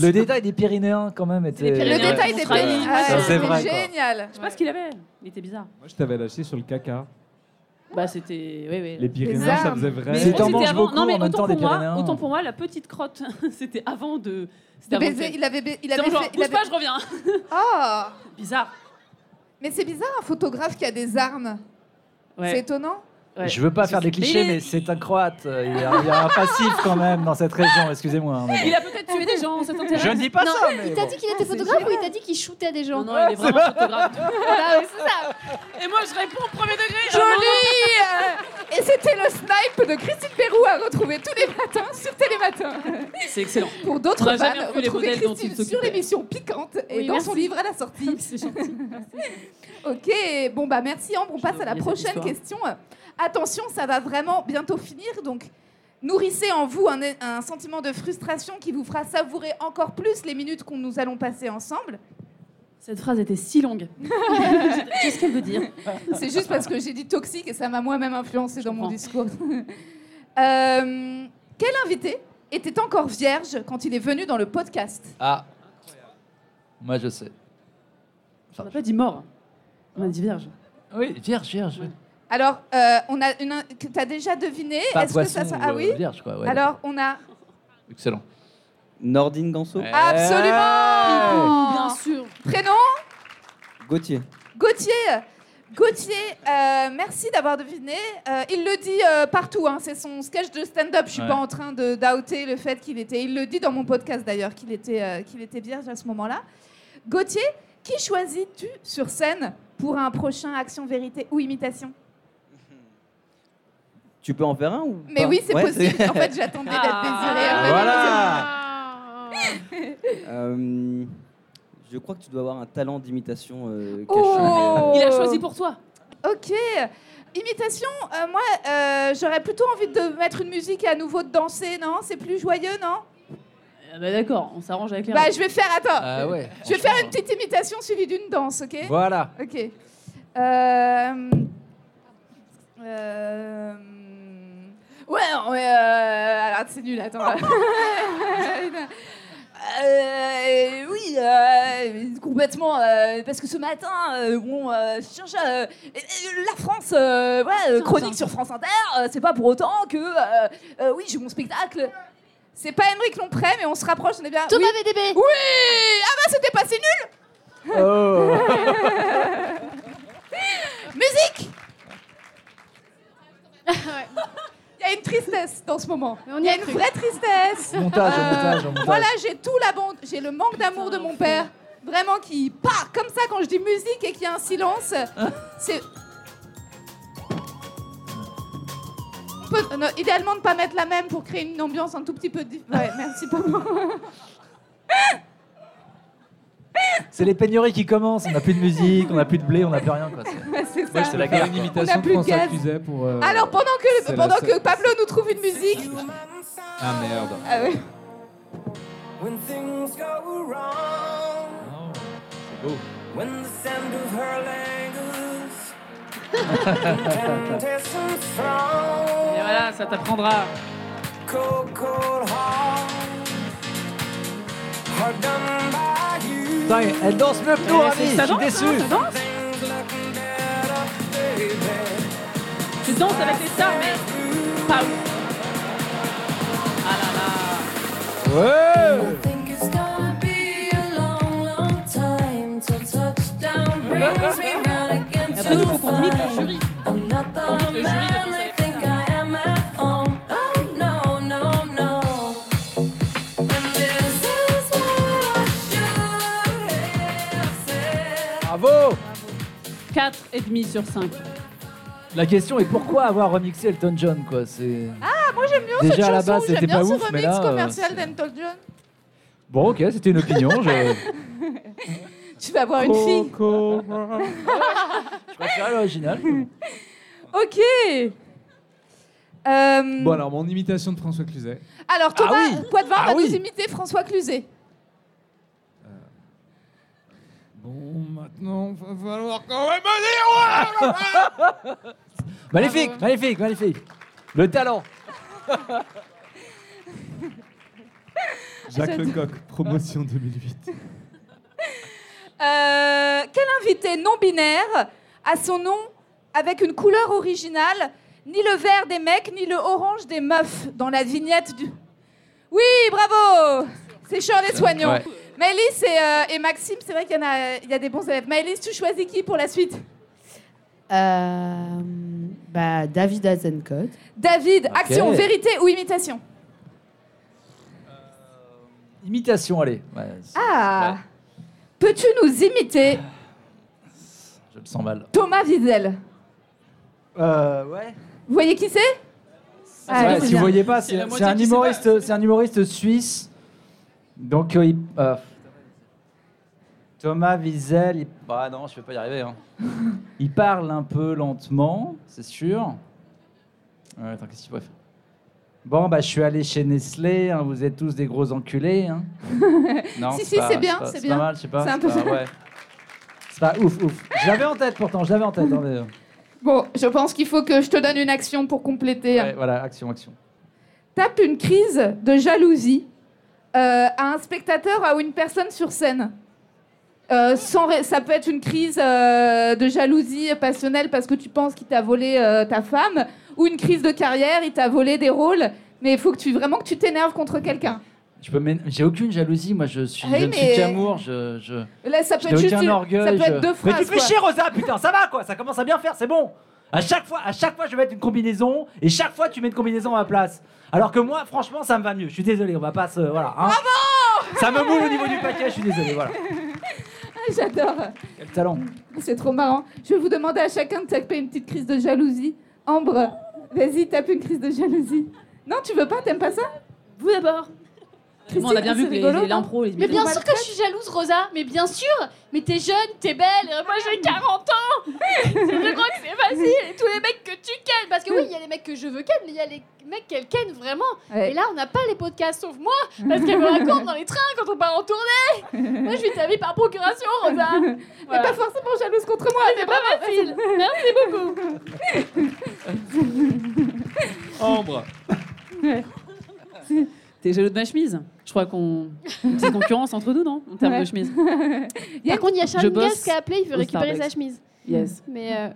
D: Le détail des Pyrénéens, quand même, était.
C: Le détail
E: on
C: des
E: se trahit.
C: pays.
E: Ah,
D: Ça, c'est
C: mais
D: vrai. quoi.
C: Génial.
E: Je sais pas ce qu'il avait. Il était bizarre.
L: Moi, je t'avais lâché sur le caca.
E: Bah c'était. Oui, oui.
L: Les Pyrénées,
D: Les
L: ça
D: armes.
L: faisait vrai.
D: Mais- Ils t'en
E: C'était
D: mangent
E: avant-
D: beaucoup
E: non, mais
D: en même
E: autant
D: temps,
E: pour
D: des Pyrénéens.
E: moi, autant pour moi, la petite crotte, c'était avant de. C'était
C: De
E: avant
C: baiser,
E: de-
C: il avait, ba- il
E: C'était
C: avait
E: genre,
C: fait- il
E: bouge
C: avait-
E: pas, je reviens.
C: Ah
E: Bizarre.
C: Mais c'est bizarre un photographe qui a des armes.
E: Ouais.
C: C'est étonnant.
E: Ouais.
D: Je veux pas faire des clichés,
E: il est-
D: mais c'est un croate. euh, Il y, a, il y a un passif quand même dans cette région, excusez-moi. hein, mais bon.
E: Il a peut-être tué des gens, ça t'intéresse
D: Je ne dis pas
F: Non,
D: ça, mais
F: Il t'a
D: bon.
F: dit
C: Ah,
F: qu'il était photographe ou il t'a dit qu'il shootait des gens
E: Non, non, il est [LAUGHS] vraiment photographe.
F: Voilà, ouais, c'est ça.
E: Et moi, je réponds au premier degré.
C: Joli Et c'était le snipe de Christine Pérou à retrouver tous les matins sur Télématin.
E: C'est excellent.
C: Pour
E: On
C: d'autres
E: n'a jamais
C: vannes,
E: revu les
C: retrouvez
E: modèles dont il
C: Christine sur
E: s'occupait.
C: l'émission Piquante et
F: Oui,
C: dans
F: merci.
C: son livre à la sortie.
E: [LAUGHS] C'est gentil.
C: Ok, bon bah merci Ambre, on passe à la
E: oublié cette
C: prochaine
E: histoire.
C: question. Attention, ça va vraiment bientôt finir, donc nourrissez en vous un, un sentiment de frustration qui vous fera savourer encore plus les minutes qu'on nous allons passer ensemble.
E: Cette phrase était si [LAUGHS] longue. Qu'est-ce qu'elle veut dire
C: C'est juste parce que j'ai dit toxique et ça m'a moi-même influencé dans mon
E: comprends.
C: discours. [LAUGHS] Euh, quel invité était encore vierge quand il est venu dans le podcast
D: Ah. Moi, je sais.
E: On n'a pas dit mort. On a dit vierge.
D: Oui, vierge, vierge.
C: Alors, euh, on a une, que t'as déjà deviné
D: Pas
C: Est-ce que ça
D: poisson
C: sera-
D: ou,
C: Ah
D: euh,
C: oui
D: vierge, quoi, ouais.
C: Alors, on a
D: Excellent.
Q: Nordine Ganso.
C: absolument
E: Bien sûr.
C: prénom
Q: Gauthier.
C: Gauthier Gauthier, euh, merci d'avoir deviné. Euh, il le dit euh, partout, hein, c'est son sketch de stand-up. Je suis
Q: Ouais.
C: pas en train de d'outer le fait qu'il était. Il le dit dans mon podcast d'ailleurs qu'il était euh, qu'il était vierge à ce moment-là. Gauthier, qui choisis-tu sur scène pour un prochain action vérité ou imitation
Q: Tu peux en faire un ou
C: Mais
Q: pas
C: oui, c'est
Q: Ouais,
C: possible.
Q: [LAUGHS] c'est-
C: En fait, j'attendais d'être désirée.
Q: Ah,
C: à venir.
Q: Euh, je crois que tu dois avoir un talent d'imitation euh, caché.
C: Oh
E: Il a choisi pour toi.
C: Ok. Imitation, euh, moi, euh, j'aurais plutôt envie de mettre une musique et à nouveau de danser, non C'est plus joyeux, non
E: Ah bah d'accord, on s'arrange avec les
C: Bah,
E: règles.
C: je vais faire, attends.
D: Ah ouais,
C: je vais faire une petite imitation suivie d'une danse, ok [LAUGHS]
D: Voilà.
C: Ok. Euh, euh, Non, mais euh, alors c'est nul, attends. Euh, oui, euh, complètement. euh, parce que ce matin, euh, bon, euh, je cherche, euh, euh, la France, euh, voilà, euh, chronique sur France Inter, euh, c'est pas pour autant que, euh, euh, oui, j'ai mon spectacle. C'est pas Henrik Lompré, mais on se rapproche, on est bien. Thomas oui.
F: VDB
C: Oui Ah bah c'était pas si nul Oh, [LAUGHS] Musique Il y a une tristesse dans ce moment. Il y a une vraie tristesse.
D: Montage, montage, montage.
C: Euh, Voilà, j'ai tout la bande. J'ai le manque d'amour de mon père. Vraiment qui part comme ça quand je dis musique et qu'il y a un silence. C'est. On peut- non, idéalement, ne pas mettre la même pour créer une ambiance un tout petit peu. di- [LAUGHS] Ouais, merci pour
D: C'est les pénuries qui commencent. On n'a plus de musique, on n'a plus de blé, on n'a plus rien. Quoi.
C: C'est
D: Moi,
C: ça.
D: je fais la guerre.
L: Une
C: On
L: imitation
C: n'a plus
L: de
C: de
L: François
C: gaz.
L: Cluzet pour. euh,
C: Alors, pendant que,
L: c'est la
C: pendant
L: seule-
C: que Pablo nous trouve une musique.
L: Ah merde.
C: Ah ouais.
N: When things go wrong,
D: Oh,
L: beau.
N: when the sound of her languors incandescent strong,
E: Et voilà, ça t'apprendra.
N: cold, cold heart, hard done by you.
D: Putain, elle danse mieux que nous,
N: Eh,
D: Rami.
N: ça
D: Je suis
N: danse,
D: déçu.
N: hein, ça
E: danse. Tu danses avec les stars, mais pas ouf.
N: I think it's gonna be a long, long time till touchdown brings me round again
E: Ah bah,
N: to
E: nous, faut qu'on imite le
N: find
E: jury.
N: I'm not the
E: On imite le jury
N: man
E: de
N: they think I am at home. Oh no, no, no. And this is what I should have said.
D: Bravo
E: 4,5 sur 5.
D: La question est pourquoi avoir remixé Elton John quoi C'est
C: Ah, moi j'aime bien
D: Déjà,
C: cette
D: à la
C: chanson.
D: base,
C: j'aime
D: c'était
C: bien
D: pas
C: ce
D: ouf, mais
C: remix
D: là, euh,
C: commercial d'Elton John.
D: bon, ok, c'était une opinion. Je...
C: Tu vas avoir Ah, une
D: Co-
C: fille.
D: co- je préfère l'original.
C: Ok. Euh,
L: Bon, alors, mon imitation de François Cluzet.
C: Alors Thomas,
L: Ah oui.
C: Poitvin
L: Ah
C: va
L: oui.
C: nous imiter François Cluzet.
L: Bon, maintenant, va falloir quand même me dire. ouais, ouais, ouais.
D: Magnifique, magnifique, magnifique. Le talent.
E: [LAUGHS]
L: Jacques
C: J'adore.
L: Lecoq, promotion 2008.
C: Euh, quel invité non binaire a son nom avec une couleur originale, ni le vert des mecs, ni le orange des meufs dans la vignette du. Oui, bravo C'est Charles et Soignant.
N: Ouais.
C: Maëlys et, euh, et Maxime, c'est vrai qu'il y, en a- il y a des bons élèves. Maëlys, tu choisis qui pour la suite
R: Euh, bah, David Azencott.
C: David, action, vérité ou imitation
D: Imitation, allez. Ouais,
C: Ah Peux-tu nous imiter
D: je me sens mal.
C: Thomas Wiesel
D: Euh, ouais.
C: Vous voyez qui c'est Ah,
D: Ouais,
C: oui, c'est
D: si
C: bien.
D: vous voyez pas, c'est
C: la
D: c'est
C: moitié
D: un
C: qui sait
D: humoriste, c'est un humoriste suisse. Donc euh, il- euh, Thomas Wiesel, il- bah non, je vais pas y arriver. hein. [LAUGHS] il parle un peu lentement, c'est sûr. Ouais, attends, qu'est-ce qu'il pourrait faire Bon, bah je suis allé chez Nestlé. hein, vous êtes tous des gros enculés.
C: [LAUGHS]
D: hein. non,
C: Si, si,
D: pas-
C: c'est bien,
D: pas-
C: c'est
D: C'est
C: bien.
D: pas mal, je sais pas.
C: C'est un
D: c'est
C: peu
D: pas-
C: ça.
D: ouais. C'est pas ouf, ouf. Je l'avais en tête pourtant, je l'avais en tête. hein, mais, euh,
C: Bon, je pense qu'il faut que je te donne une action pour compléter.
D: ouais, voilà, action, action.
C: Tape une crise de jalousie euh, à un spectateur ou à une personne sur scène. Euh, sans ré- ça peut être une crise euh, de jalousie passionnelle parce que tu penses qu'il t'a volé euh, ta femme, ou une crise de carrière, il t'a volé des rôles, mais il faut que tu vraiment que tu t'énerves contre quelqu'un.
D: Je peux m'én- J'ai aucune jalousie, moi je suis,
C: Ah oui,
D: je ne suis
C: mais-
D: qu'amour, je... je...
C: Là, ça
D: je
C: peut
D: n'ai
C: être juste
D: aucun
C: une-
D: orgueil.
C: ça peut être
D: je-
C: deux phrases.
D: Mais tu fais
C: quoi.
D: chier Rosa, putain, ça va quoi, ça commence à bien faire, c'est bon à chaque, fois, à chaque fois je vais mettre une combinaison, et chaque fois tu mets une combinaison à ma place. Alors que moi, franchement, ça me va mieux, je suis désolé, on va pas se... Voilà, hein. Ça me moule au niveau du paquet, je suis désolé, voilà.
C: Ah, [LAUGHS] J'adore.
D: Quel talent
C: C'est trop marrant. Je vais vous demander à chacun de taper une petite crise de jalousie. Ambre, vas-y, tape une crise de jalousie. Non, tu veux pas T'aimes pas ça Vous d'abord.
E: Bon, on a bien vu que les-
C: hein
E: les- l'impro, les
F: Mais bien
E: imitations-
F: sûr que je suis jalouse, Rosa. Mais bien sûr. Mais t'es jeune, t'es belle. euh, Moi, j'ai 40 ans. je crois que c'est facile. Et tous les mecs que tu kennes. Parce que oui, il y a les mecs que je veux ken, mais il y a les mecs qu'elle ken vraiment.
C: Ouais.
F: Et là, on n'a pas les podcasts, sauf moi. Parce qu'elle me raconte dans les trains quand on part en tournée. moi, je vis ta vie par procuration, Rosa.
C: Mais
F: Voilà.
C: pas forcément jalouse contre moi,
F: C'est
C: c'est
F: pas
C: pas
F: facile. hein Merci beaucoup.
L: Ambre.
E: T'es jaloux de ma chemise Je crois qu'on. C'est concurrence entre nous, non En termes
F: Ouais.
E: de chemise.
F: Par contre, il y a
E: Je
F: Charles
E: bosse
F: Gas qui a appelé, il veut
E: au
F: récupérer
E: Starbucks.
F: sa chemise.
E: Yes.
F: Mais. euh,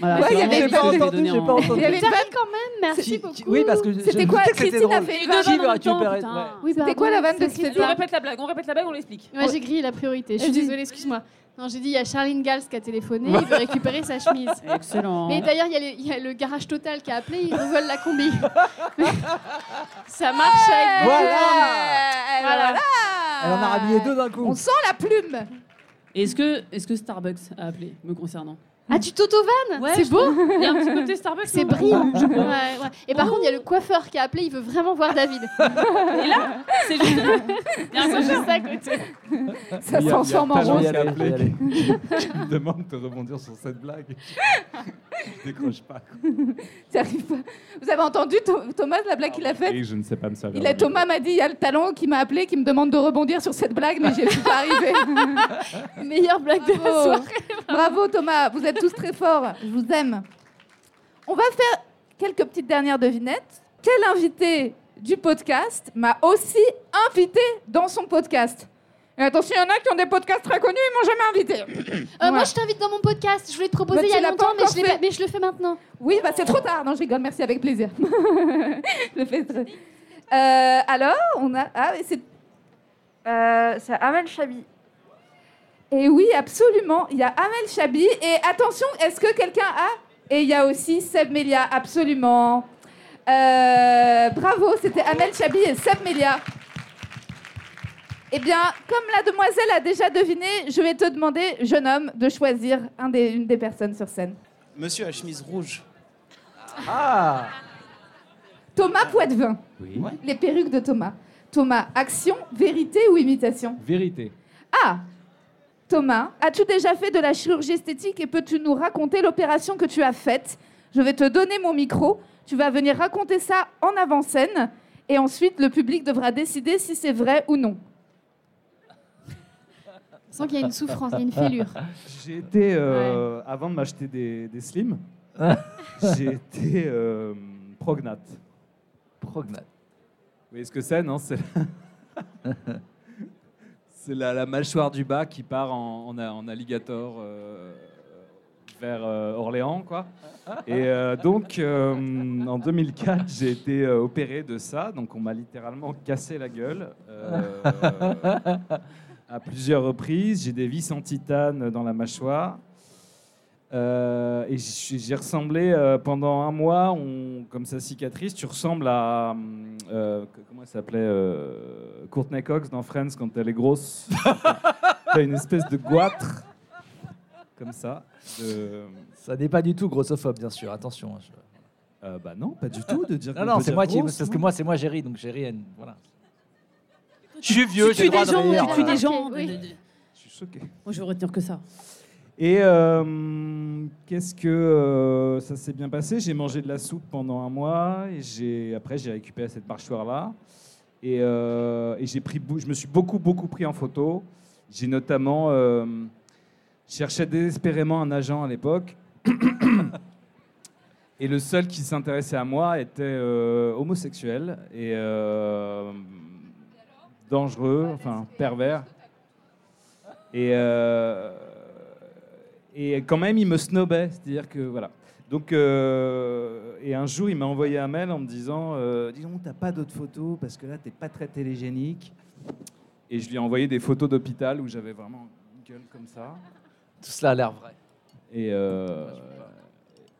E: Voilà,
F: Ouais,
E: c'est
F: il y
E: vraiment
F: avait
E: ce que
F: pas
E: je vais
F: entendu,
E: donner
F: j'ai
E: en-
F: pas
C: hein.
F: entendu. Il y avait
E: T'arrives
F: une vanne quand même, merci
D: Si,
F: beaucoup.
D: oui, parce que je-
C: C'était
D: je
C: quoi
D: me disais que c'était
C: Christine a
D: drôle.
C: fait une
D: Qui
C: vanne
D: veut
C: en même temps,
D: récupérer
C: putain.
D: Ouais.
F: Oui, bah,
C: C'était quoi la
F: ouais,
C: vanne de
F: ça se fait
C: Christine
E: On répète la blague, on répète la blague, on l'explique.
F: Ouais, j'ai grillé la priorité. Je suis
C: Vas-y.
F: désolée, excuse-moi. Non, j'ai dit, il y a Charline Gals qui a téléphoné, il veut récupérer sa chemise.
E: Bah. [LAUGHS] Excellent.
F: Mais d'ailleurs, il y a les- il y, a le garage total qui a appelé, ils veulent la combi. [LAUGHS] ça marche avec
D: Voilà.
C: Euh,
F: Voilà.
C: voilà.
D: Elle en a rhabillé deux d'un coup.
C: On sent la plume.
E: Est-ce que, est que Starbucks a appelé, me concernant
F: Ah, tu t'auto-vannes
E: Ouais,
F: C'est
E: je
F: beau
E: trouve. Il y a
F: [LAUGHS]
E: un petit côté Starbucks.
F: C'est
E: non
F: brillant.
E: Je
F: Ouais,
E: crois. Oh.
F: ouais. Et par contre, il y a le coiffeur qui a appelé, il veut vraiment voir David.
E: [LAUGHS] Et là, c'est juste là. Il y a un
F: C'est
E: coiffeur.
F: juste à côté.
C: Ça se transforme en [LAUGHS] rose.
L: Tu me demandes de rebondir sur cette blague. Je décroche pas. quoi.
C: T'arrives pas. Vous avez entendu Tho- Thomas la blague qu'il
D: Ah
C: a faite
L: Et je ne sais pas me servir.
C: il a,
L: de
C: Thomas m'a dit, il y a le talent qui m'a appelé, qui me demande de rebondir sur cette blague, mais j'y
D: [LAUGHS]
C: suis pas arrivée.
F: Meilleure blague de
E: Oh.
F: la
C: Bravo.
F: soirée.
C: Bravo Thomas, vous êtes tous très forts, je vous aime. On va faire quelques petites dernières devinettes. Quel invité du podcast m'a aussi invité dans son podcast Et Attention, il y en a qui ont des podcasts très connus, ils m'ont jamais invité.
F: Euh,
C: Ouais.
F: Moi, je t'invite dans mon podcast. Je voulais te proposer
C: Bah,
F: il y
C: tu
F: a
C: l'as pas
F: longtemps, mais
C: encore
F: je, l'ai
C: fait.
F: pas- mais je le fais maintenant.
C: Oui, bah c'est trop tard. Non, je rigole, merci, avec plaisir. [LAUGHS] je fais très- Euh, alors, on a... Ah, oui, c'est...
S: Euh, c'est Amel Chabi.
C: Et oui, absolument. Il y a Amel Chabi. Et attention, est-ce que quelqu'un a Et il y a aussi Seb Melia, absolument. Euh, bravo, c'était Amel Chabi et Seb Melia. Eh bien, comme la demoiselle a déjà deviné, je vais te demander, jeune homme, de choisir un des- une des personnes sur scène.
H: Monsieur à la chemise rouge.
D: Ah
C: Thomas Poitvin.
L: Oui.
C: Les perruques de Thomas. Thomas, action, vérité ou imitation
L: Vérité.
C: Ah Thomas, as-tu déjà fait de la chirurgie esthétique et peux-tu nous raconter l'opération que tu as faite Je vais te donner mon micro. Tu vas venir raconter ça en avant-scène et ensuite le public devra décider si c'est vrai ou non.
F: Je sens qu'il y a une souffrance, il y a une fêlure.
H: J'ai été, euh, avant de m'acheter des, des
C: [LAUGHS]
H: slims, j'ai été euh, prognate.
D: Prognate.
H: Vous voyez ce que c'est, non C'est [LAUGHS] c'est la, la mâchoire du bas qui part en, en a- en alligator euh, vers euh, Orléans, quoi. Et euh, donc, euh, en 2004, j'ai été euh, opéré de ça. Donc, on m'a littéralement cassé la gueule. euh, à plusieurs reprises. J'ai des vis en titane dans la mâchoire. Euh, et j- j'ai ressemblé euh, pendant un mois, on- comme ça cicatrice, tu ressembles à. hum, euh, c- comment elle s'appelait euh, Courtney Cox dans Friends quand elle est
D: [LAUGHS]
H: grosse. T'as une espèce de goitre, comme ça. de-
D: Ça n'est pas du tout grossophobe, bien sûr. Attention. hein, je-
H: Euh, bah non, pas du tout, de dire
D: Non,
H: qu'on
D: non,
H: peut
D: c'est
H: dire oh,
D: moi qui.
H: grosse,
D: Parce
H: non.
D: que moi, c'est moi, Géry, donc Géry, elle- voilà.
M: Je suis vieux,
E: Tu
M: j'ai
E: tues
M: le droit
E: des
M: de
E: gens,
M: rire.
E: tu tues
C: Ah,
M: voilà.
E: des gens.
F: Oui.
E: De- de- de-
H: Je suis choqué.
E: Moi, je veux retenir que ça.
H: Et euh, qu'est-ce que euh, ça s'est bien passé J'ai mangé de la soupe pendant un mois et j'ai après j'ai récupéré cette mâchoire là et, euh, et j'ai pris bou- je me suis beaucoup beaucoup pris en photo. J'ai notamment euh, je cherchais désespérément un agent à l'époque. [COUGHS] Et le seul qui s'intéressait à moi était euh, homosexuel et euh, dangereux, enfin pervers. Et, euh, et quand même, il me snobait. C'est-à-dire que voilà. Donc, euh, et un jour, il m'a envoyé un mail en me disant euh, Dis donc, t'as pas d'autres photos parce que là, t'es pas très télégénique. Et je lui ai envoyé des photos d'hôpital où j'avais vraiment une gueule comme ça.
D: Tout cela a l'air vrai.
H: Et euh,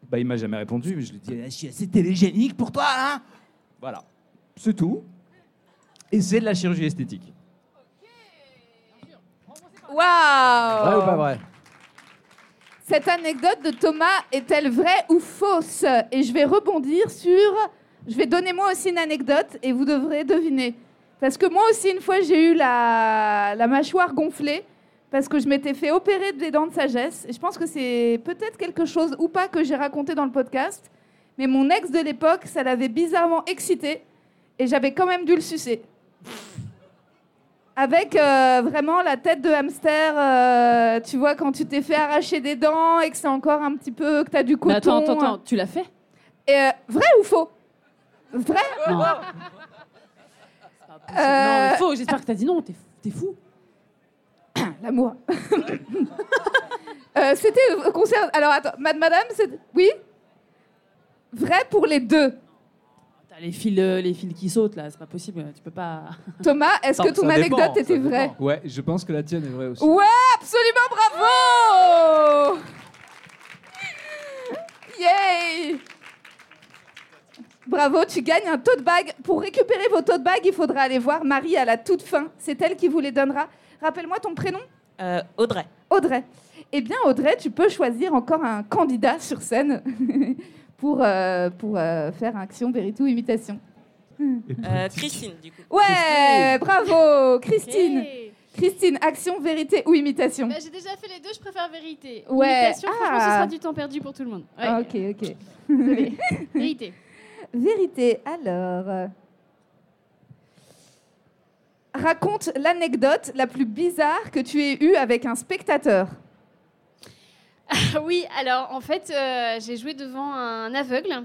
H: bah, il m'a jamais répondu, mais je lui ai dit Ah, Je suis assez télégénique pour toi, hein Voilà, c'est tout. Et c'est de la chirurgie esthétique.
D: Vrai ou pas
C: Waouh
D: vrai
C: Cette anecdote de Thomas est-elle vraie ou fausse Et je vais rebondir sur. Je vais donner moi aussi une anecdote et vous devrez deviner. Parce que moi aussi, une fois, j'ai eu la, la mâchoire gonflée parce que je m'étais fait opérer des dents de sagesse. Et je pense que c'est peut-être quelque chose ou pas que j'ai raconté dans le podcast. Mais mon ex de l'époque, ça l'avait bizarrement excité et j'avais quand même dû le sucer. Avec euh, vraiment la tête de hamster, euh, tu vois, quand tu t'es fait arracher des dents et que c'est encore un petit peu, que t'as du coton.
E: Mais attends, attends, attends, tu l'as fait
C: Et, euh, vrai ou faux Vrai
E: Non. Non, mais faux, j'espère que t'as dit non, t'es t'es fou.
C: L'amour. [LAUGHS] Euh, C'était au concert. Alors attends, mad- madame, c'est. Oui Vrai pour les deux.
E: T'as les fils, euh, les fils qui sautent là, c'est pas possible, tu peux pas.
C: Thomas,
H: Ah,
C: est-ce que
E: Attends,
C: ton
E: ça dépend,
C: anecdote
E: ça
C: était
E: dépend.
C: vraie
H: Ouais, je pense que la tienne est vraie aussi.
C: Ouais, absolument, bravo Yay Bravo, tu gagnes un tote bag. Pour récupérer vos tote bags, il faudra aller voir Marie à la toute fin. C'est elle qui vous les donnera. Rappelle-moi ton prénom
T: Euh, Audrey.
C: Audrey. Eh bien, Audrey, tu peux choisir encore un candidat sur scène [LAUGHS] pour, euh, pour euh, faire action, vérité ou imitation.
T: Euh, Christine, du coup.
C: Ouais, bravo, Christine.
F: Ok.
C: Christine, action, vérité ou imitation
F: Bah, J'ai déjà fait les deux, je préfère vérité.
C: Ouais.
F: Imitation, franchement, ce
C: Ah.
F: sera du temps perdu pour tout le monde. Ouais.
C: Ah, Ok, ok.
F: Vérité.
C: Vérité, alors. euh, Raconte l'anecdote la plus bizarre que tu aies eue avec un spectateur.
F: [LAUGHS] oui, alors en fait, euh, j'ai joué devant un aveugle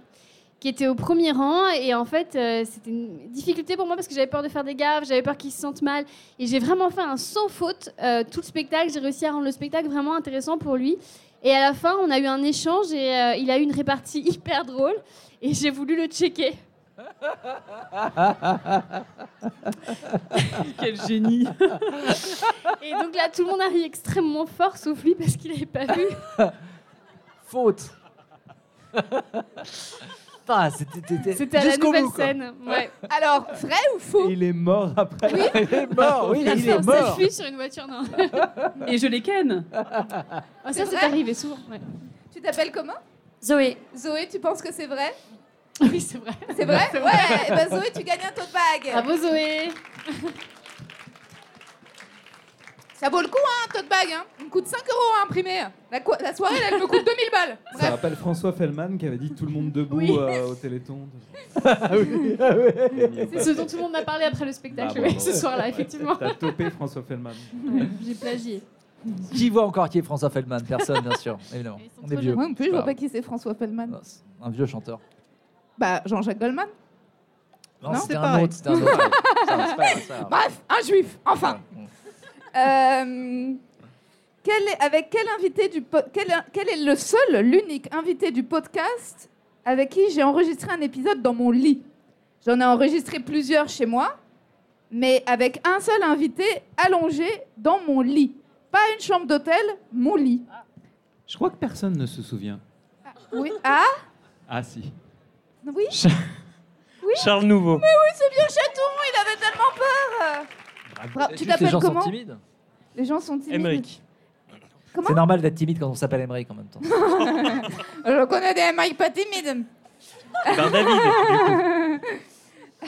F: qui était au premier rang et en fait, euh, c'était une difficulté pour moi parce que j'avais peur de faire des gaffes, j'avais peur qu'il se sente mal et j'ai vraiment fait un sans faute euh, tout le spectacle. J'ai réussi à rendre le spectacle vraiment intéressant pour lui. Et à la fin, on a eu un échange et euh, il a eu une répartie [LAUGHS] hyper drôle et j'ai voulu le checker.
E: [LAUGHS] Quel génie
F: Et donc là, tout le monde a ri extrêmement fort, sauf lui parce qu'il n'avait pas vu.
D: Faute.
H: Ah, c'était- c'était
F: C'était à la
H: jusqu'au
F: nouvelle
H: bout, quoi.
F: scène. Ouais.
C: Alors, vrai ou faux
H: Il est mort après. Il est mort, oui, il est
F: Personne
H: mort.
F: s'appuie sur une voiture, non.
E: Et je les ken.
F: Ah, ça, c'est
C: vrai
F: arrivé souvent. ouais.
C: Tu t'appelles comment
T: Zoé.
C: Zoé, tu penses que c'est vrai
F: Oui, c'est Ah vrai.
C: C'est vrai Ouais, eh ben, Zoé, tu gagnes un tote bag.
F: Bravo, Zoé.
C: Ça vaut le coup, hein, un tote bag. Hein. Il me coûte 5 euros à imprimer. La, co- la soirée, là, elle me coûte 2000 balles.
H: Ça rappelle François Fellman qui avait dit tout le monde debout
C: Oui. Ah
H: euh, au
C: [LAUGHS]
H: Téléthon. [LAUGHS] Ah
F: C'est ce dont tout le monde m'a parlé après le spectacle
L: Ah,
H: Bah,
F: ouais,
H: bravo.
F: ce soir-là, effectivement.
H: T'as topé François Fellman.
F: Ouais, J'ai plagié.
D: Qui voit encore qui est François Feldman Personne, bien sûr, évidemment. On est vieux.
C: Moi, en plus, je
D: C'est
C: vois
D: pas
C: pas qui c'est François Pellman.
D: grave. Un vieux chanteur.
C: Bah, Jean-Jacques Goldman.
D: Non,
C: Non,
D: c'était
C: c'est
D: un
C: pareil.
D: autre. C'était un autre. Ça va, c'est pas grave, ça va.
C: Bref, un juif, enfin. Euh, quel est- avec quel invité du po- quel, quel est le seul, l'unique invité du podcast avec qui j'ai enregistré un épisode dans mon lit J'en ai enregistré plusieurs chez moi, mais avec un seul invité allongé dans mon lit. Pas une chambre d'hôtel, mon lit.
H: Je crois que personne ne se souvient.
C: Oui. Ah
H: Ah si. [LAUGHS]
C: Oui Oui
H: Charles Nouveau.
C: Mais oui, c'est bien chaton, il avait tellement peur Bra- Tu
D: Juste, les
C: t'appelles
D: gens
C: comment
D: sont timides.
C: Les gens sont timides. Comment
D: C'est normal d'être timide quand on s'appelle Emmerich en même temps.
C: Je connais des Mike pas timides.
D: Ben, David,
C: [LAUGHS]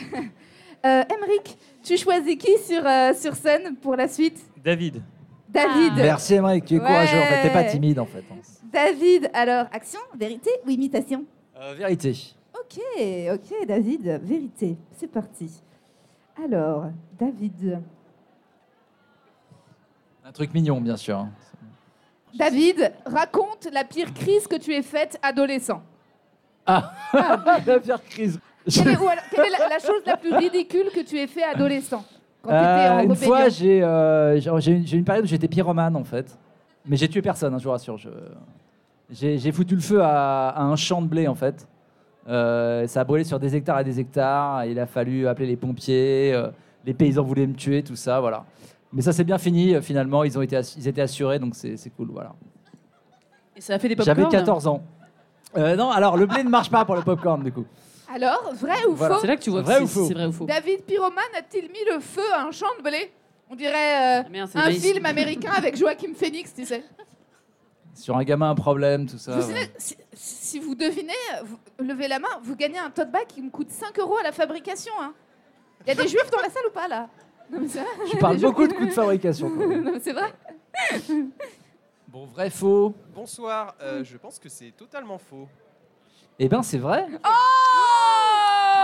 C: Euh, Emric, tu choisis qui sur, euh, sur scène pour la suite
L: David.
C: David.
D: Merci Emmerich, tu es courageux en fait. T'es pas
C: Ouais.
D: timide en fait. hein.
C: David, alors, action, vérité ou imitation
D: Euh, vérité.
C: Ok, ok, David, vérité. C'est parti. Alors, David.
D: Un truc mignon, bien sûr. hein.
C: David, raconte la pire crise que tu aies faite adolescent.
D: Ah, la pire crise.
C: Quelle est, ou alors, quelle est la, la chose la plus ridicule que tu aies fait adolescent Quand
D: Euh,
C: tu étais en
D: une fois,
C: rébellion.
D: j'ai euh, j'ai- j'ai une, j'ai une période où j'étais pyromane en fait. Mais j'ai tué personne, hein, je vous rassure. je- J'ai j'ai foutu le feu à, à un champ de blé en fait. Euh, ça a brûlé sur des hectares et des hectares. et il a fallu appeler les pompiers. euh, les paysans voulaient me tuer, tout ça, voilà. Mais ça s'est bien fini euh, finalement. Ils, ont été ass- ils étaient assurés, donc c'est c'est cool, voilà.
E: Et ça a fait des pop
D: J'avais 14 ans. Euh, non, alors le blé ne marche pas pour le popcorn du coup.
C: Alors, vrai ou
D: Voilà.
C: faux
D: C'est là que tu vois Vrai que ou c'est- faux c'est vrai ou faux.
C: David Pyroman a-t-il mis le feu à un champ de blé On dirait euh,
E: Ah, c'est
C: un
E: Days.
C: film américain avec Joaquin Phoenix, tu sais.
D: Sur un gamin, un problème, tout ça.
C: Vous
D: Ah ouais.
C: savez, si, si vous devinez, vous- levez la main, vous gagnez un tote bag qui me coûte 5 euros à la fabrication. hein. Il y a des juifs dans la salle ou pas, là Non, mais c'est vrai.
D: Je parle
C: Les gens-
D: beaucoup de coups de fabrication. quoi.
C: Non, mais c'est vrai.
D: Bon, vrai, faux.
M: Bonsoir, euh, je pense que c'est totalement faux.
D: Eh ben, c'est vrai. Oh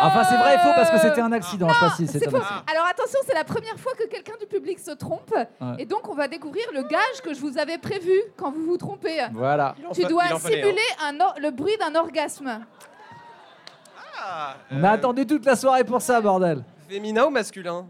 D: Enfin, c'est vrai et faux parce que c'était un accident. je sais pas si c'est
C: Ah, C'est
D: un
C: faux.
D: accident.
C: Alors attention, c'est la première fois que quelqu'un du public se trompe. Et donc, on va découvrir le gage que je vous avais prévu quand vous vous trompez.
D: Voilà.
C: Tu dois simuler un or- le bruit d'un orgasme.
D: On a attendu toute la soirée pour ça, bordel.
M: Ah, euh, Féminin ou masculin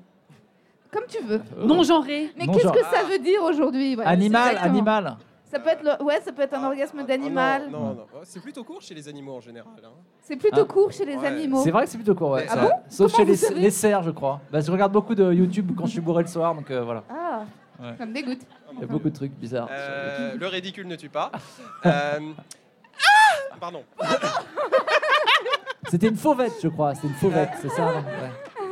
C: Comme tu veux.
E: Non-genré.
C: Mais
D: Non
C: qu'est-ce que
D: genré.
C: ça veut dire aujourd'hui voilà,
D: Animal,
C: exactement.
D: animal.
C: Ça peut être, le- ouais, ça peut être un orgasme d'animal.
M: Oh Ah, non, non, non. Oh, C'est plutôt court chez les animaux en général. hein.
C: C'est plutôt
D: Ah.
C: court chez les
M: Ouais.
C: animaux.
D: C'est vrai que c'est plutôt court, ouais.
M: Ah
D: ça.
M: bon
D: Sauf
C: Comment
D: chez les,
C: vous savez
D: les cerfs, je crois. Bah, je regarde beaucoup de YouTube quand je suis bourré le soir, donc euh, voilà.
C: Ah,
D: Ouais.
C: ça me dégoûte.
D: Il y a beaucoup de trucs bizarres.
M: Ah, Euh, le ridicule ne tue pas.
D: Ah.
M: Euh, ah, Pardon.
D: C'était une fauvette, je crois. C'était une fauvette, c'est ça hein, ouais.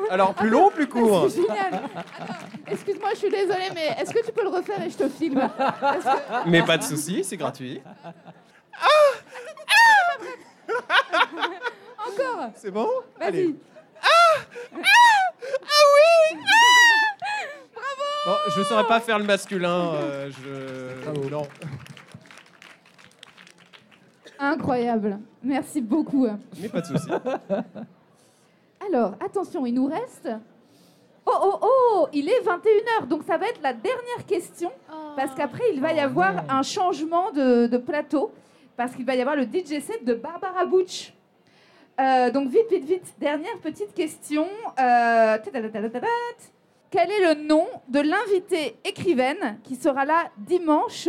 M: Alors, plus long, plus court
C: C'est génial. Attends, Excuse-moi, je suis désolée, mais est-ce que tu peux le refaire et je te filme
M: [LAUGHS]
C: Parce que-
M: Mais pas de souci, c'est gratuit.
C: Ah, Encore
M: C'est bon
C: Vas-y.
M: Bon, je ne saurais pas faire le masculin. euh, je... Non.
C: Incroyable. Merci beaucoup.
M: Mais pas de souci.
C: Alors, attention, il nous reste. Oh, oh, oh Il est 21h, donc ça va être la dernière question.
F: Oh.
C: Parce qu'après, il va y avoir un changement de, de plateau. Parce qu'il va y avoir le DJ set de Barbara Butch. Euh, donc, vite, vite, vite. Dernière petite question. Euh, tadadadadadat. Quel est le nom de l'invité écrivaine qui sera là dimanche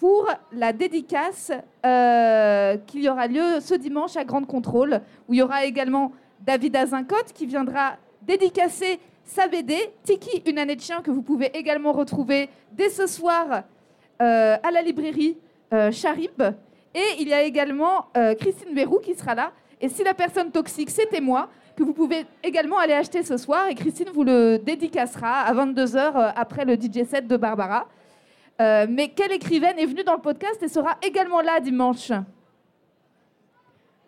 C: pour la dédicace euh, qu'il y aura lieu ce dimanche à Grande Contrôle, où il y aura également David Azincote qui viendra dédicacer sa BD, Tiki, une année de chien, que vous pouvez également retrouver dès ce soir euh, à la librairie euh, Charib. Et il y a également euh, Christine Bérou qui sera là. Et si la personne toxique, c'était moi, que vous pouvez également aller acheter ce soir. Et Christine vous le dédicacera à 22h après le DJ set de Barbara. Euh, mais quelle écrivaine est venue dans le podcast et sera également là dimanche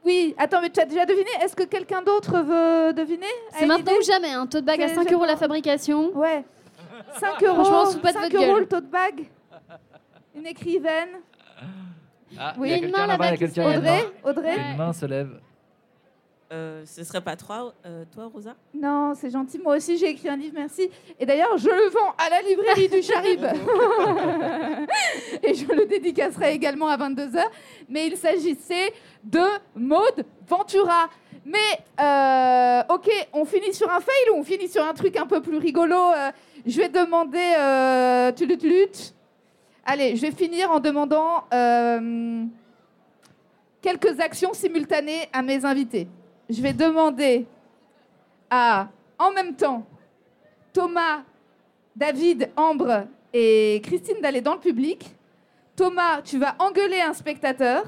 C: Oui, attends, mais tu as déjà deviné Est-ce que quelqu'un d'autre veut deviner A
F: C'est
C: une
F: maintenant
C: idée
F: ou jamais. Un taux de bague à
C: C'est-
F: 5 euros la fabrication.
C: Ouais. 5 euros,
F: Franchement, sous pas de
C: 5
F: votre
C: euros
F: gueule.
C: le taux de bague Une écrivaine
L: Ah,
C: Oui,
L: il y a
C: une
L: quelqu'un
C: main
L: là-bas, il y a
C: là-bas qui
L: quelqu'un
C: se-
L: là-bas.
C: Audrey Audrey
L: Une main se lève.
T: Euh, ce serait pas toi, euh, toi Rosa
C: Non, c'est gentil. Moi aussi, j'ai écrit un livre, merci. Et d'ailleurs, je le vends à la librairie du Charib. [LAUGHS] Et je le dédicacerai également à 22h. Mais il s'agissait de Maude Ventura. Mais, euh, ok, on finit sur un fail ou on finit sur un truc un peu plus rigolo euh, Je vais demander. Euh, tulut, tulut. Allez, je vais finir en demandant euh, quelques actions simultanées à mes invités. Je vais demander à, en même temps, Thomas, David, Ambre et Christine d'aller dans le public. Thomas, tu vas engueuler un spectateur.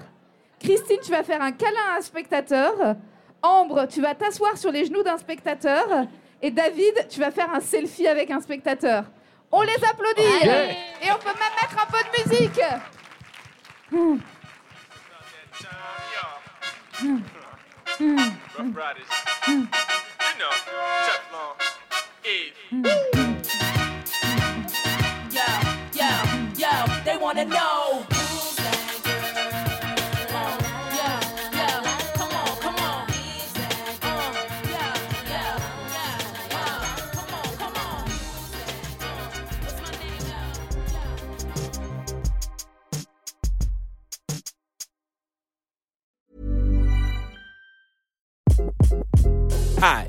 C: Christine, tu vas faire un câlin à un spectateur. Ambre, tu vas t'asseoir sur les genoux d'un spectateur. Et David, tu vas faire un selfie avec un spectateur. On les applaudit
N: Allez.
C: Et on peut même mettre un peu de musique Ouh. Ouh. Ouh.
N: Rough Riders.
C: Mm.
N: You know, Teflon, Eve.
U: Yo, yo, yo, they wanna know.
V: Hi,